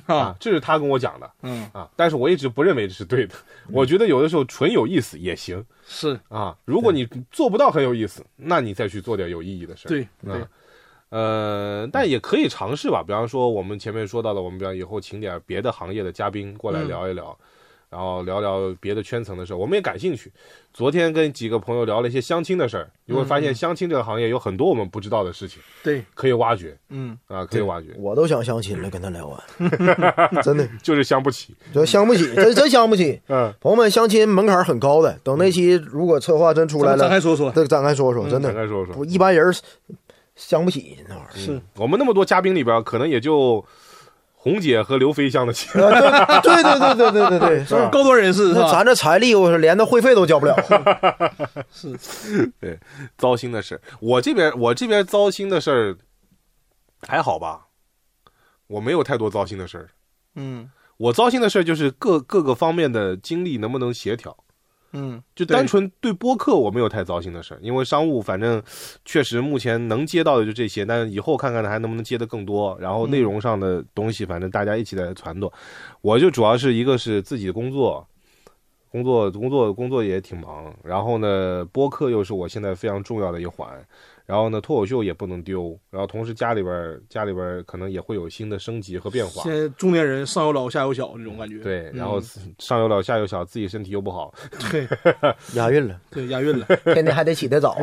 啊啊，，这是他跟我讲的。嗯，啊，但是我一直不认为这是对的。我觉得有的时候纯有意思也行是啊。如果你做不到很有意思，那你再去做点有意义的事儿。对对啊，呃，但也可以尝试吧。比方说我们前面说到的，我们比方以后请点别的行业的嘉宾过来聊一聊。然后聊聊别的圈层的事儿，我们也感兴趣。昨天跟几个朋友聊了一些相亲的事儿，你会发现相亲这个行业有很多我们不知道的事情对，可以挖掘嗯，啊，可以挖掘，我都想相亲了，跟他聊完， 真的，就是相不 起。这相不起，真真相不起。嗯，朋友们，相亲门槛很高的，等那期如果策划真出来咱们展开了，说说，嗯再展开说说，真展的，开说说。不一般人相不起那 玩意儿。是我们那么多嘉宾里边，可能也就红姐和刘飞相得亲。啊对对对对对对对对，是吧？高端人士是那吧？咱这财力，我是连那会费都交不了。对， 糟心的事儿，我这边我这边糟心的事儿还好吧，我没有太多糟心的事儿。嗯我糟心的事儿就是各各个方面的精力能不能协调。嗯，就单纯对播客我没有太糟心的事儿，因为商务反正确实目前能接到的就这些，但以后看看还能不能接的更多。然后内容上的东西，反正大家一起来传播。我就主要是一个是自己的工作，工作工作工作也挺忙，然后呢播客又是我现在非常重要的一环，然后呢脱口秀也不能丢，然后同时家里边儿家里边儿可能也会有新的升级和变化现。在中年人上有老下有小这种感觉，对，嗯然后上有老下有小，自己身体又不好，对押韵了，对， 押韵了。 天天还得起得早，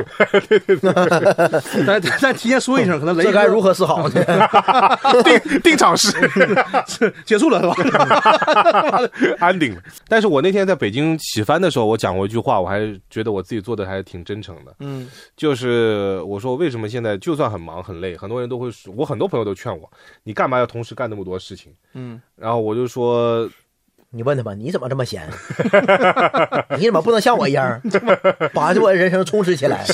但但但提前说一声，可能 雷这该哥如何是好呢？定定场诗。 结束了是吧？安定了。但是我那天在北京起帆的时候，我讲过一句话，我还觉得我自己做的还挺真诚的。嗯就是我说为什么现在就算很忙很累，很多人都会说，我很多朋友都劝我，你干嘛要同时干那么多事情？嗯，然后我就说，你问他吧，你怎么这么闲？ 你怎么不能像我一样，把我的人生充实起来？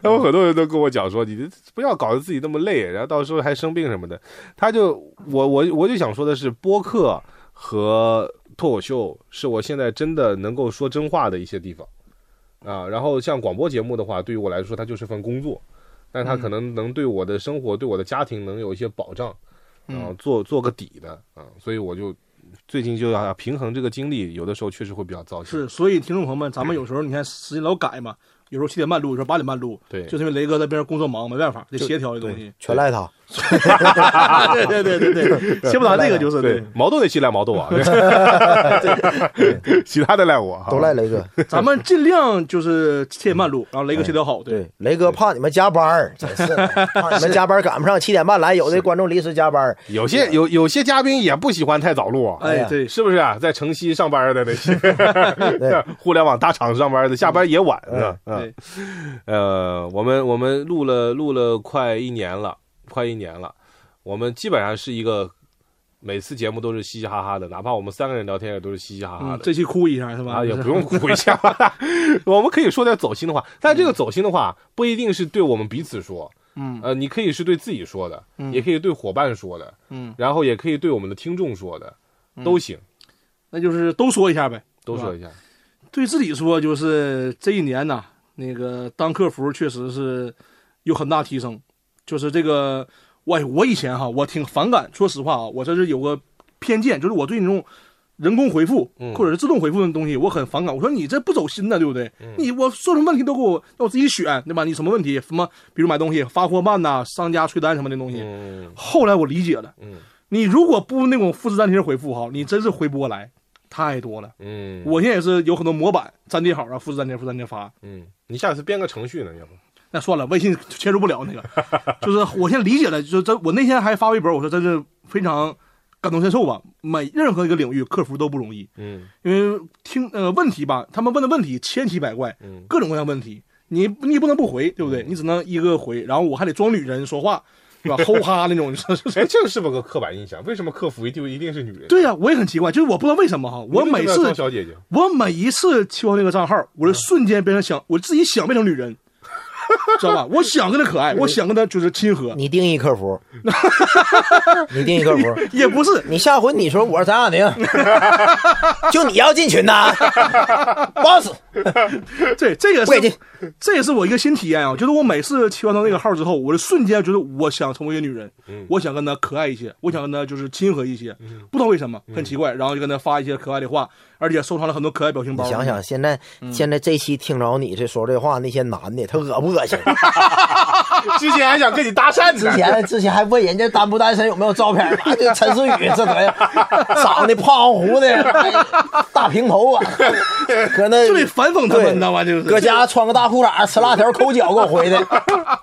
然后很多人都跟我讲说，你不要搞得自己那么累，然后到时候还生病什么的。他就我我我就想说的是，播客和脱口秀是我现在真的能够说真话的一些地方啊。然后像广播节目的话，对于我来说，它就是份工作，但它可能能对我的生活、对我的家庭能有一些保障，然后做做个底的啊。所以我就最近就要平衡这个精力，有的时候确实会比较糟心。是。所以听众朋友们，咱们有时候你看时间老改嘛，有时候七点半录，有时候八点半录，对就是因为雷哥在边上工作忙，没办法，得协调这东西。 全赖 他，对 对对对对，协不达这个就是对对。，毛豆那期赖毛 豆啊， 其他的赖我哈，都赖雷哥。咱们尽量就是七点半录，然后雷哥协调好。对，对，雷哥怕你们加班儿，真 是的怕你们加班赶不上，七点半来，有的观众临时加班儿，有些有有些嘉宾也不喜欢太早录啊，哎呀对，是不是啊？在城西上班的 那些 互联网大厂上班的，下班也晚呢。嗯嗯哎对，呃，我们我们录了录了快一年了，快一年了，我们基本上是一个每次节目都是嘻嘻哈哈的，哪怕我们三个人聊天也都是嘻嘻哈哈嗯，的。这期哭一下是吧？哎啊，也不用哭一 下， 我们可以说点走心的话，但这个走心的话不一定是对我们彼此说，嗯呃，你可以是对自己说的，也可以对伙伴说的，嗯，然后也可以对我们的听众说的，都行，那就是都说一下呗。都说一下。对自己说，就是这一年呐、那个当客服确实是有很大提升。就是这个，我我以前哈，我挺反感，说实话啊，我这是有个偏见，就是我对那种人工回复或者是自动回复的东西，我很反感。我说你这不走心呢，对不对？你我说什么问题都给我让我自己选，对吧？你什么问题？什么比如买东西发货慢呐、商家催单什么的东嗯西。后来我理解了，你如果不那种复制粘贴回复哈，你真是回不过来，太多了。嗯我现在也是有很多模板粘贴好，然后复制粘贴、复制粘贴发。嗯，你下次编个程序呢，要不？那算了，微信切入不了那个，就是我现在理解了，就是这我那天还发微博，我说真是非常感同身受吧。每任何一个领域，客服都不容易，嗯因为听呃问题吧，他们问的问题千奇百怪，嗯各种各样问题，你你也不能不回，对不对？你只能一个个回，然后我还得装女人说话，对吧？吼哈那种， 就是哎，这个是不是个刻板印象？为什么客服一定一定是女人？对呀、我也很奇怪，就是我不知道为什么哈，你我为什么每要次装小姐 姐，我每一次切换那个账号，嗯我就瞬间变成想，我自己想变成女 人，知道吧？我想跟她可爱，我想跟她就是亲和，嗯你定义客 服，你定义客服。也不是，你下回你说我咱 俩定，就你要进群 呐，包死！对，这个不给是劲，这也是我一个新体验啊！就是我每次切换到那个号之后，我就瞬间觉得我想成为一个女人，嗯我想跟她可爱一些，我想跟她就是亲和一些，不知道为什么嗯很奇怪，然后就跟她发一些可爱的话，而且收藏了很多可爱表情包。你想，想，现在现在这期听着你这说这话那些男的，他恶不恶 心？ 之前还想跟你搭讪呢。之前之前还问人家单不单身有没有照片，啊这陈思雨这德行，长得胖乎乎的，哎大平头啊，搁那就得反讽他们，对你知道吗？就是搁家穿个大裤衩，吃辣条抠脚给我回的，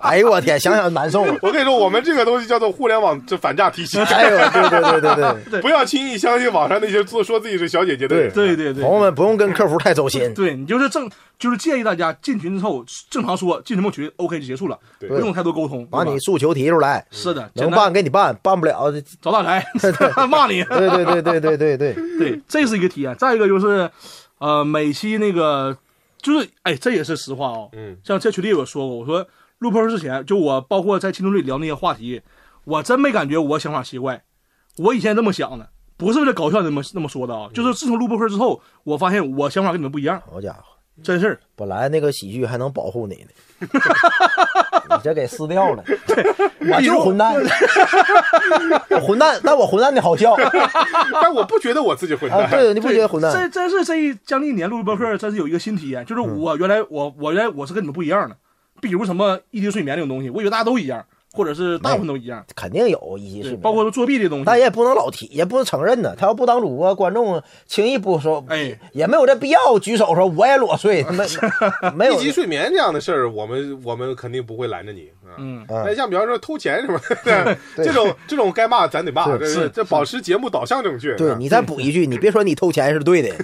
哎呦我天，想想难受啊！我跟你说，我们这个东西叫做互联网这反诈提醒，哎呦，对对对对对。不要轻易相信网上那些做说自己是小姐姐的人。对对对朋，友们不用跟客服太走心，对你就是正就是建议大家进群之后正常说进什么群，OK 就结束了，不用太多沟通。把对吧你诉求提出来，是的，能简单办给你办，办不了， 对找大宅骂你。对对对对对对，对，这是一个体验。再一个就是，呃，每期那个就是，哎，这也是实话哦。嗯，像这群里有说过，我说录播之前，就我包括在青春里聊那些话题，我真没感觉我想法奇怪。我以前这么想的，不是为了搞笑那么那么说的啊，就是自从录播课之后，我发现我想法跟你们不一样，好家伙，真事儿。本来那个喜剧还能保护你呢，你这给撕掉了，我就是混蛋，我混蛋，但我混蛋的好笑啊！但我不觉得我自己混 蛋。对，你不觉得混这蛋？真是这一将近一年录播课，真是有一个新体验，就是嗯我原来我我原来我是跟你们不一样的，比如什么一级睡眠这种东西，我以为大家都一样，或者是大部分都一样，肯定有一级对睡，眠，包括说作弊这东西。但也不能老提，也不能承认呢。他要不当主播，观众轻易不说，哎，也没有这必要举手说我也裸睡，没哎没一有级睡眠这样的事儿，我们我们肯定不会拦着你啊。嗯那像比方说偷钱什 么的，这种这种该骂咱得骂，是这这保持节目导向正确。对啊你再补一句，你别说你偷钱是对的，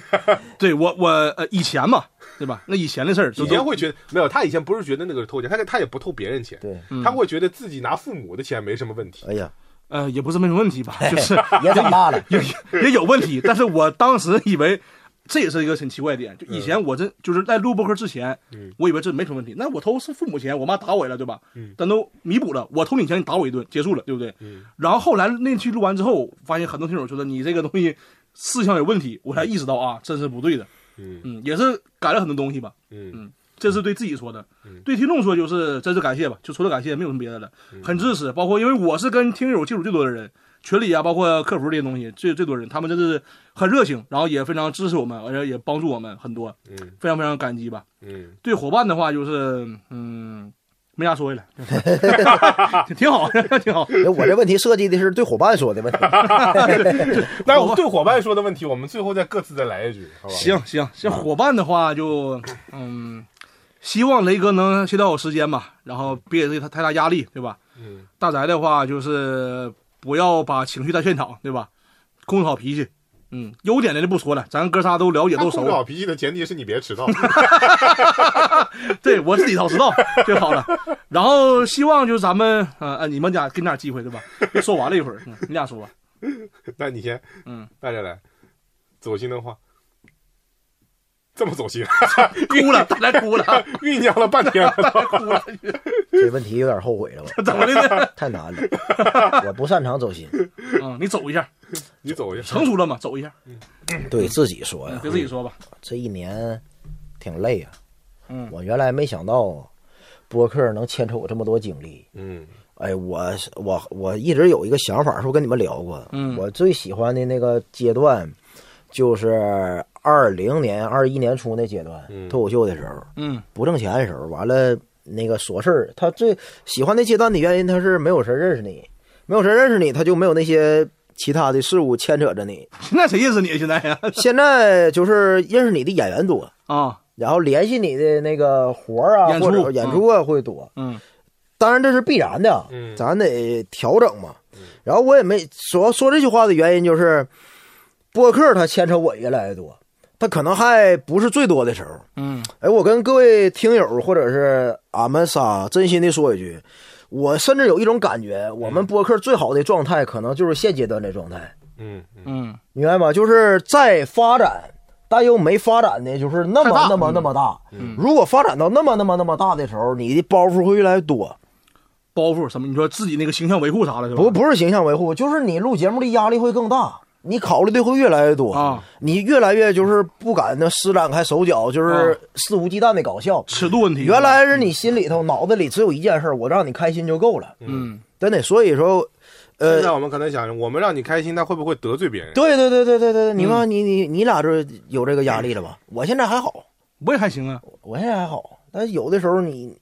对我我呃以前嘛，对吧？那以前的事儿，以以前会觉得没有，他以前不是觉得那个是偷钱，他他也不偷别人钱，对，他会觉得自己拿父母的钱没什么问题。哎呀，呃也不是没什么问题吧，就是 也长大了。也也有问题，但是我当时以为这也是一个很奇怪的点，就以前我真就是在录播客之前，我以为这没什么问题，那我偷是父母钱，我妈打我了，对吧？但都弥补了，我偷你钱，你打我一顿，结束了，对不对？然后后来那期录完之后，发现很多听友觉得你这个东西思想有问题，我才意识到啊，这是不对的，嗯嗯，也是改了很多东西吧，嗯，这是对自己说的，对听众说就是真是感谢吧，就除了感谢没有什么别的了，嗯很支持。包括因为我是跟听友接触最多的人，群里啊，包括客服这些东西最最多人，他们真的是很热情，然后也非常支持我们，而且也帮助我们很多，嗯非常非常感激吧。嗯，对伙伴的话就是，嗯，没啥说的了， 挺好，挺好。我这问题设计的是对伙伴说的问题，那我对伙伴说的问题，我们最后再各自再来一句，好吧？嗯行行，这伙伴的话就， 嗯，希望雷哥能协调好时间吧，然后别给他太大压力，对吧？嗯，大宅的话就是不要把情绪带现场，对吧？控制好脾气。嗯，优点的就不说了，咱哥仨都了解他都控制好熟。脾气的前提是你别迟到。对我自己早知道就好了。然后希望就是咱们，呃呃，你们俩给你点机会，对吧？说完了一会儿，嗯你俩说 吧。那你先，嗯，大家来，走心的话，这么走心，哭了，大宅哭了，酝酿了半天了。 哭了，这问题有点后悔了，我怎么的呢？太难了，我不擅长走心，嗯，你走一下，你走一下，成熟了嘛，走一下，嗯对自己说呀给，自己 说吧。这一年挺累啊，嗯我原来没想到播客能牵扯我这么多精力，嗯哎，我是我我一直有一个想法，是不是跟你们聊过？嗯我最喜欢的那个阶段，就是二零年、二一年初那阶段，脱口秀的时候，嗯，不挣钱的时候，完了那个琐事儿，他最喜欢那阶段的原因，他是没有事儿认识你，没有事儿认识你，他就没有那些其他的事物牵扯着你。现在谁认识你啊现在呀？ 现在就是认识你的演员多，啊，然后联系你的那个活儿啊，演出或者演出啊会多。嗯，当然这是必然的，嗯咱得调整嘛。嗯然后我也没主要说这句话的原因就是，播客它牵扯我越来越多，它可能还不是最多的时候。嗯，哎，我跟各位听友或者是俺们仨，真心的说一句，我甚至有一种感觉，我嗯们播客最好的状态可能就是现阶段的状态，嗯，嗯嗯，明白吗？就是在发展。但又没发展的，就是那太么大那么那么大。嗯如果发展到那么那么那么大的时候，你的包袱会越来越多。包袱什么？你说自己那个形象维护啥的，是吧？不不是形象维护，就是你录节目的压力会更大，你考虑的会越来越多啊，你越来越就是不敢那施展开手脚，就啊是肆无忌惮的搞笑。尺度问题。原来是你心里头、脑子里只有一件事儿，我让你开心就够了，嗯，啊真的。所以说，呃嗯现在，我们可能想，我们让你开心，他会不会得罪别人？对对对对对嗯对，你看你你你俩这有这个压力了吧？我现在还好，啊我也还行啊，我现在还好，但有的时候你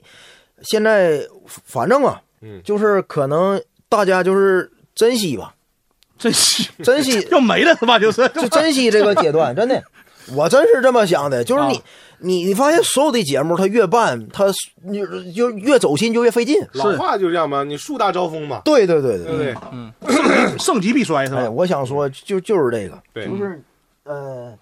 现在反正啊，嗯就是可能大家就是珍惜吧，这是珍惜 要没了是吧？就是 就珍惜这个阶段，真的，我真是这么想的。就是你啊，你，你发现所有的节目，它越办，它你就越走心，就越费劲。老话就这样嘛，你树大招风嘛，对对对对不对，对？盛极必衰是哎，吧？我想说，就就是这个，对，就是呃，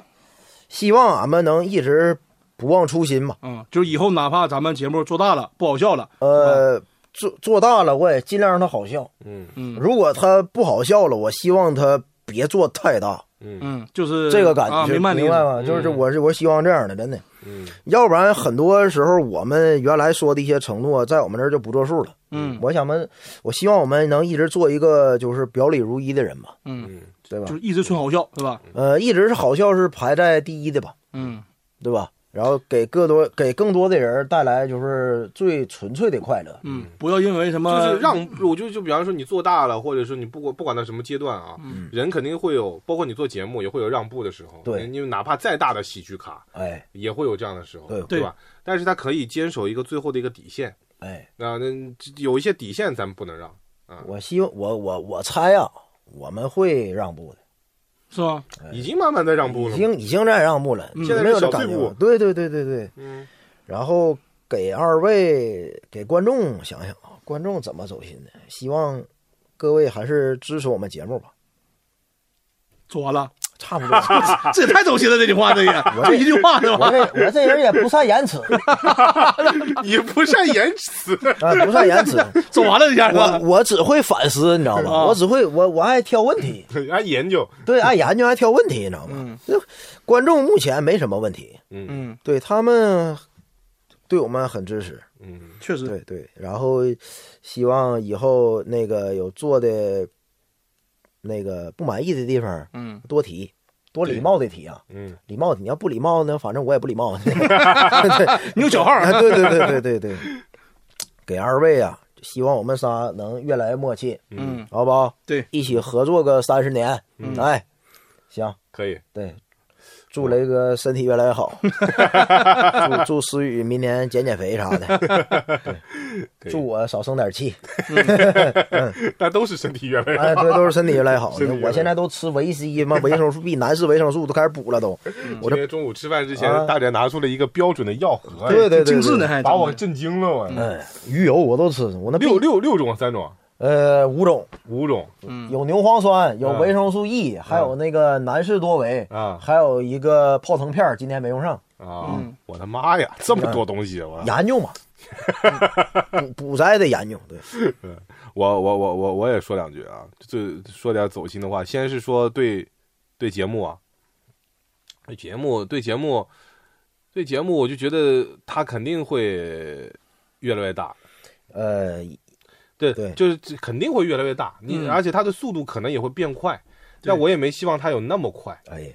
希望俺们能一直不忘初心吧。嗯，就是以后哪怕咱们节目做大了，不好笑了，呃，做做大了，我也尽量让它好笑。嗯嗯如果它不好笑了，我希望它别做太大，嗯嗯，就是这个感啊，觉，明白你明意白思。吗？就是我是我希望这样的，真的。嗯要不然很多时候我们原来说的一些承诺，在我们这儿就不作数了。嗯我想们，我希望我们能一直做一个就是表里如一的人吧，嗯，嗯，对吧就？是一直纯好笑是吧？呃，一直是好笑是排在第一的吧，嗯对吧？然后给更多给更多的人带来就是最纯粹的快乐。嗯，不要因为什么就是让我就就比方说你做大了，或者说你不管不管到什么阶段啊，人肯定会有，包括你做节目也会有让步的时候。对因为哪怕再大的喜剧咖哎也会有这样的时候，对吧？但是他可以坚守一个最后的一个底线哎，啊，那有一些底线咱们不能让。我希望我我我猜啊，我们会让步的，是吧？已经慢慢在让步哎已了。 经已经在让步了，嗯现在没有是这小感退觉步吗？对对对对对。嗯，然后给二位给观众想想啊，观众怎么走心的？希望各位还是支持我们节目吧，做完了，差不 多。啊这也太走心了，这句话这也就一句话是我吧？这我这人也不善言 辞啊、你不善言辞，不善言辞，走完了一下是我吧？我只会反思，你知道啊吗？我只会我我爱挑问题，爱研究。对，爱研究爱挑问题，你知道吗？这观众目前没什么问题，嗯嗯，对他们对我们很支持，嗯，确实，对对，然后希望以后那个有做的那个不满意的地方，嗯，多提，多礼貌的提啊，嗯，礼貌的。你要不礼貌呢，反正我也不礼貌。 你有小号，啊对对对对对对，给二位啊，希望我们仨能越来越默契，嗯，好不好？对，一起合作个三十年，哎，行，可以。对。祝雷哥身体越来越好， 祝祝思雨明年减减肥啥的， 可以对祝我少生点气。但都是身体越 来越哎，对，都是身体越来越好身体越来越好我现在都吃维 C 嘛，维生素 B、男士维生素都开始补了都。我嗯今这哎天中午吃饭之前啊，大姐拿出了一个标准的药盒，对对对，精致对呢，还把我震惊了，我嗯，鱼油我都吃，我那 B 六六六种三种呃五种，五种，有牛磺酸，有嗯维生素 E，还有那个男士多维啊还有一个泡腾片儿，今天没用上，啊！我的妈呀，这么多东西！我研究 嘛，补补摘得研究，对，我我我我我也说两句啊，就说点走心的话。先是说对对节目啊，对节目对节目对节目，我就觉得它肯定会越来越大。呃，对，对就是这肯定会越来越大，你、嗯而且它的速度可能也会变快，对但我也没希望它有那么快，哎，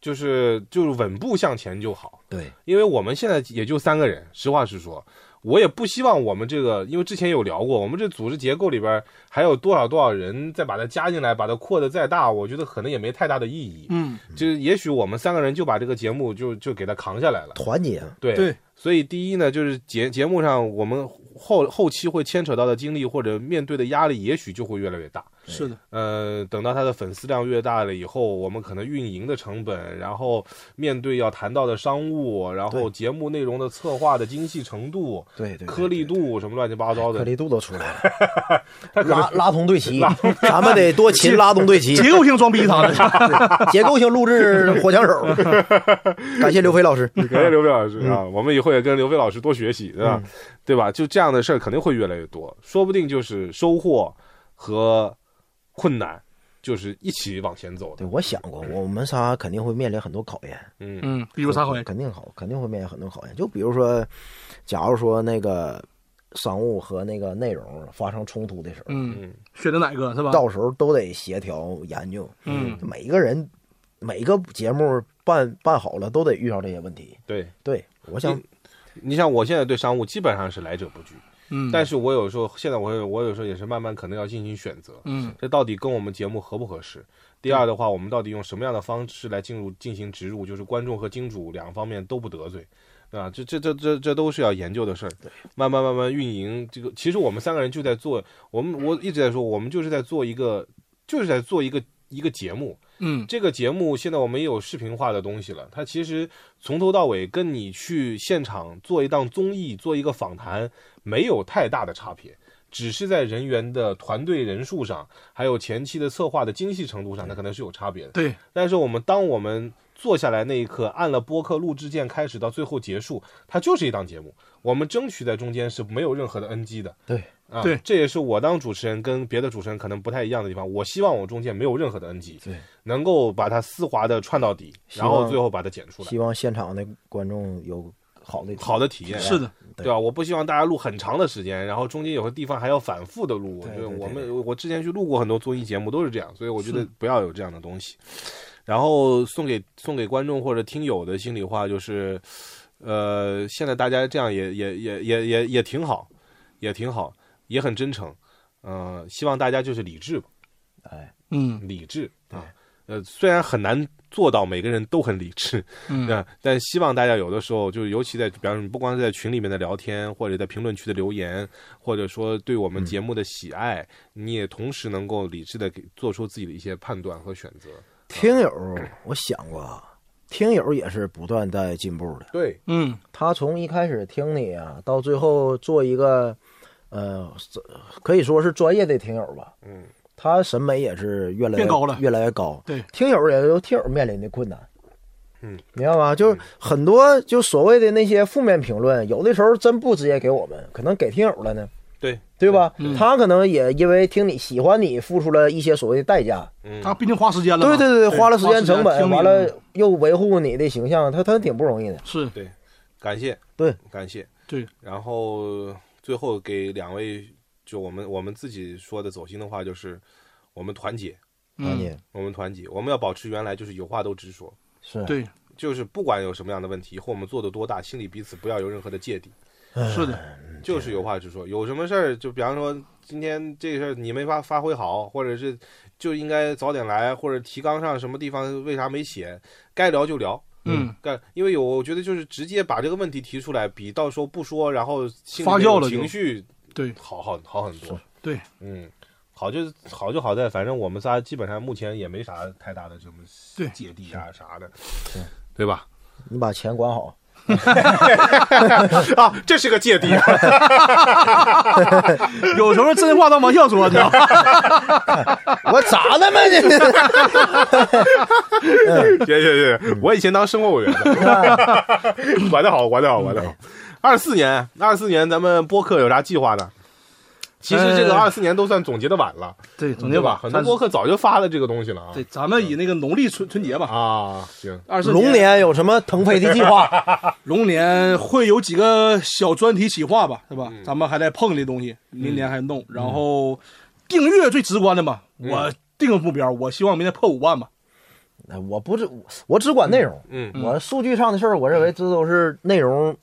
就是就是稳步向前就好。对，因为我们现在也就三个人，实话实说，我也不希望我们这个，因为之前有聊过，我们这组织结构里边还有多少多少人再把它加进来，把它扩得再大，我觉得可能也没太大的意义。嗯，就是也许我们三个人就把这个节目就就给它扛下来了。团结，啊对对所以第一呢，就是节节目上我们后后期会牵扯到的精力或者面对的压力，也许就会越来越大。是的，呃，等到他的粉丝量越大了以后，我们可能运营的成本，然后面对要谈到的商务，然后对节目内容的策划的精细程度、对对对颗粒度什么乱七八糟颗的，粒度都出 来了，拉拉通对齐，咱们得多 勤拉通对齐，结构性装逼他们。 结构性录制火枪 手。感谢刘飞老师，嗯感 谢刘飞老师啊，我们以后也跟刘飞老师多学习，对吧？对吧？就这样的事儿肯定会越来越多，说不定就是收获和困难就是一起往前走的。对我想过，我们仨肯定会面临很多考验，嗯，嗯，比如啥回？肯定好，肯定会面临很多考验。就比如说，假如说那个商务和那个内容发生冲突的时候，嗯，选择哪个是吧？到时候都得协调研究。嗯，每个人每个节目办办好了，都得遇到这些问题。对，对，我想你像我现在对商务基本上是来者不拒，嗯，但是我有时候现在我有我有时候也是慢慢可能要进行选择，嗯，这到底跟我们节目合不合适？第二的话，我们到底用什么样的方式来进入进行植入？就是观众和金主两方面都不得罪，啊，这这这这这都是要研究的事儿。慢慢慢慢运营这个，其实我们三个人就在做，我们我一直在说，我们就是在做一个，就是在做一个一个节目，嗯这个节目现在我们也有视频化的东西了，它其实从头到尾跟你去现场做一档综艺、做一个访谈没有太大的差别，只是在人员的团队人数上，还有前期的策划的精细程度上，它可能是有差别的。对，但是我们当我们坐下来那一刻，按了播客录制键开始到最后结束，它就是一档节目。我们争取在中间是没有任何的 NG 的。对啊，对这也是我当主持人跟别的主持人可能不太一样的地方。我希望我中间没有任何的 NG，对，能够把它丝滑的串到底，然希后望最后把它剪出来希，望现场的观众有好的好的体验。是哎的，对啊吧？我不希望大家录很长的时间，然后中间有些地方还要反复的录。我觉得对对我对们我之前去录过很多综艺节目都是这样，所以我觉得不要有这样的东西。然后送给送给观众或者听友的心里话就是，呃，现在大家这样也也也也也也挺好，也挺好，也很真诚。嗯、希望大家就是理智吧，哎，嗯理智啊。呃，虽然很难做到每个人都很理智，嗯那但希望大家有的时候，就是尤其在，比方说你不光是在群里面的聊天，或者在评论区的留言，或者说对我们节目的喜爱，你也同时能够理智的给做出自己的一些判断和选择。听友，我想过啊，听友也是不断在进步的。对，嗯，他从一开始听你啊，到最后做一个，呃，这可以说是专业的听友吧。嗯，他审美也是越来越变高了越来越高。对，听友也有听友面临的困难。嗯，明白吗？就是很多就所谓的那些负面评论，有的时候真不直接给我们，可能给听友了呢，对，对吧？嗯他可能也因为听你喜欢你，付出了一些所谓的代价。嗯，他毕竟花时间了嘛，对对对，花了时间成本，听力完了又维护你的形象，他他挺不容易的。是对，感谢，对，感谢。对，然后最后给两位，就我们我们自己说的走心的话，就是我们团结，关嗯键我们团结，我们要保持原来就是有话都直说，是，啊对就是不管有什么样的问题，或我们做的多大，心里彼此不要有任何的芥蒂。嗯是的，就是有话直说，有什么事儿就比方说今天这个事儿你没法发挥好，或者是就应该早点来，或者提纲上什么地方为啥没写，该聊就聊。嗯，干，因为有我觉得就是直接把这个问题提出来，比到时候不说，然后心里发面酵有了就情绪对好好好很多。对，嗯，好就好就好在，反正我们仨基本上目前也没啥太大的什么对芥蒂啊啥的，对吧？你把钱管好， 啊，这是个芥蒂。有时候真话当玩笑说，你知道 吗？我咋的嘛你？谢谢谢谢，我以前当生活委员的，玩的好，玩的好，玩的好。二四年，二四年咱们播客有啥计划呢？其实这个呃二四年都算总结的晚了，对，总结对吧？很多播客早就发了这个东西了啊。对，咱们以那个农历春春节吧，啊，行，二十 龙年有什么腾飞的计划？龙年会有几个小专题企划吧，是吧？嗯咱们还在碰这东西，明年还弄。然后订阅最直观的嘛，嗯我定个目标，我希望明年破五万吧。哎我不是我只管内容，嗯我数据上的事儿，我认为这都是内容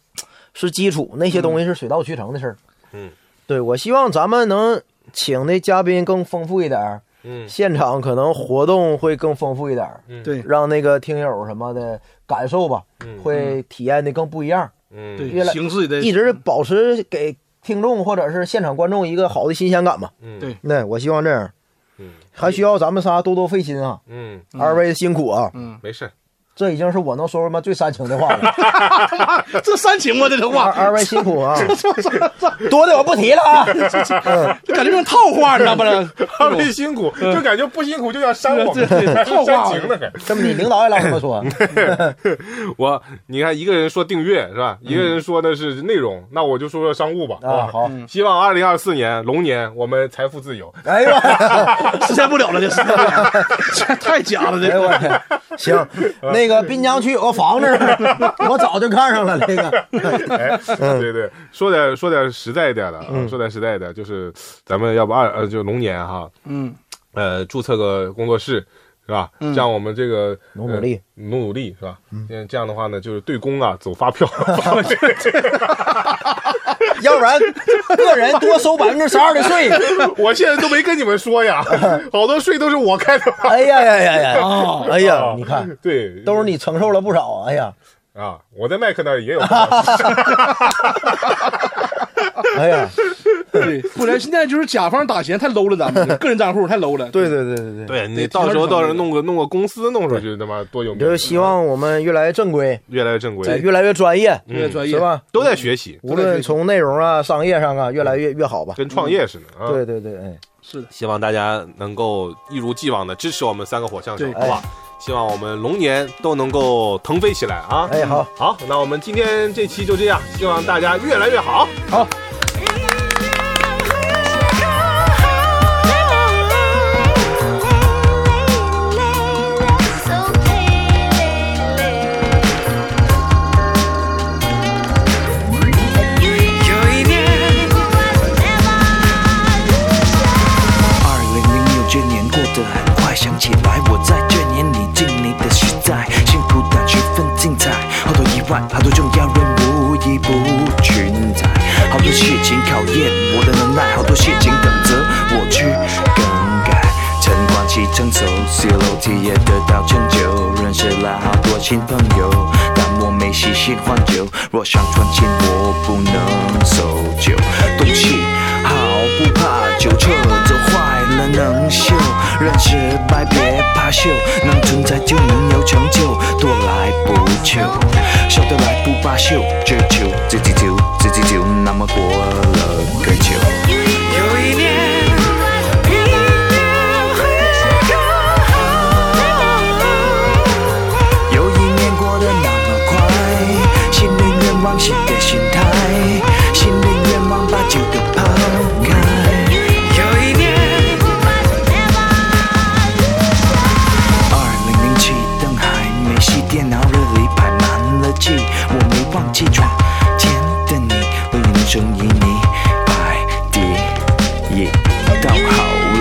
是基础，那些东西是水到渠成的事儿。嗯，对，我希望咱们能请的嘉宾更丰富一点儿，嗯现场可能活动会更丰富一点儿，对让那个听友什么的感受吧，会体验的更不一样。嗯，对，越来形式得一直保持给听众或者是现场观众一个好的新鲜感嘛。嗯对那我希望这样，嗯还需要咱们仨多多费心啊，嗯，二位辛苦啊，嗯，没事儿，这已经是我能说出他妈最煽情的话了。 这煽情吗？这都二话，二位辛苦 啊，多的我不提了 啊。就感觉像套话，你知道吗？ 他们辛苦，就感觉不辛苦就要扇我对们，对还套 是煽话情呢还。这么你领导也老这么说，我你看，一个人说订阅是吧？一个人说的是内容，那我就说说商务吧。啊 吧好希望二零二四年龙年我 们财富自由。哎呦，哎 实现不了了，这实现不了，这太假了，呦这我天，行，嗯那个滨江区有个 房子，我早就看上了那个。哎，对对，说点说点实在一点的啊，说点实在一点，就是咱们要不二呃就龙年哈，嗯，呃，注册个工作室是吧？嗯这样我们这个努呃努力努努力是吧？嗯，这样的话呢，就是对公啊走发票， 发这个这个要不然个人多收百分之十二的税。我现在都没跟你们说 呀，好多税都是我开的。哎呀呀呀啊呀！哎呀，你看，对，都是你承受了不少啊。哎呀，啊，我在麦克那儿也有。哎呀，对，不然现在就是甲方打钱太 low 了，咱们个人账户太 low 了， 对对对对对。对你对到挺时正候常到的时候弄个弄个公司弄出去，他妈多有名就！希望我们越来越正规，越来越正哎规，越嗯来越专业，对，专业是？吧？都在学习，无论从内容啊、商业上啊，越来越越好吧。跟创业似的啊。对，对对，哎，是的，希望大家能够一如既往的支持我们三个火象手，对好不好？哎希望我们龙年都能够腾飞起来啊！哎好，好，那我们今天这期就这样，希望大家越来越好。二零零六这年过得很快，想起来我在这年里经历的实在辛苦，但十分精彩。好多意外，好多重要人物已不存在，好多事情考验我的能耐，好多事情等着我去更改。晨光期成熟，写楼梯也得到成就，认识了好多新朋友，但我没细心换酒。若想赚钱，我不能守旧，东西好不怕酒臭，走坏了能修，人失败别怕羞，能存在就能有成就，多来不求，少得来不罢休，追求自己就自己就那么过了个久。有一年。又一年过得那么快，新年愿望新的心态，新年愿望把旧的抛开。有一年，二零零七灯还没熄，电脑热里排满了气，我没忘记床前的你，为人生以你排第一。到后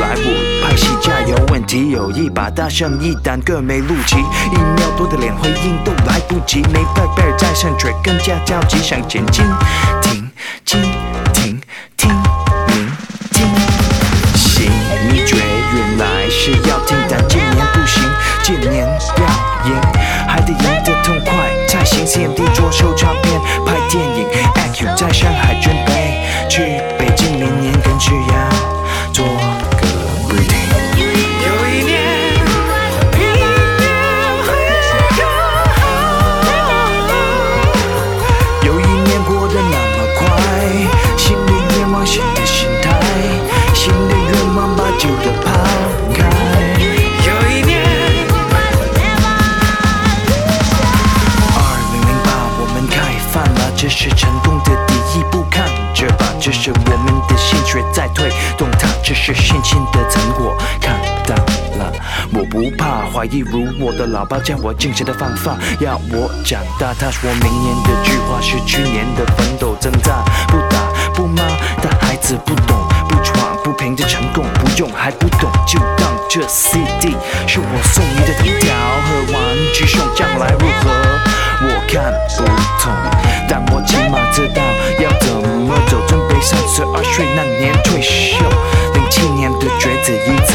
来我拍戏架有问题，有一把大生意，但更没录取。email 多的连回应都来不及，没办法再上却更加着急，想前进，停，停，停，停，明，停。行，你觉原来是要听，但今年不行，今年要赢，还得赢得痛快才行。CMD 桌秀唱片拍电影，Action 在上海准备去北京，明年更需要做个不停。有一年。有一年过得那么快，新的愿望，新的心态，新的愿望把旧的抛开。有一年，二零零八我们开饭了，这是成功的第一步，看着吧，这是我们的心血在推动它，这是信心的成果，看到了。我不怕怀疑，如我的老爸教我进行的方法，要我长大。他说明年的计划是去年的奋斗挣扎，不打不骂，但孩子不懂不闯，不凭着成功，不用还不懂，就当这 CD 是我送你的藤条和玩具，送将来如何？我看不懂，但我起码知岁那年退休，零七年的决子一次。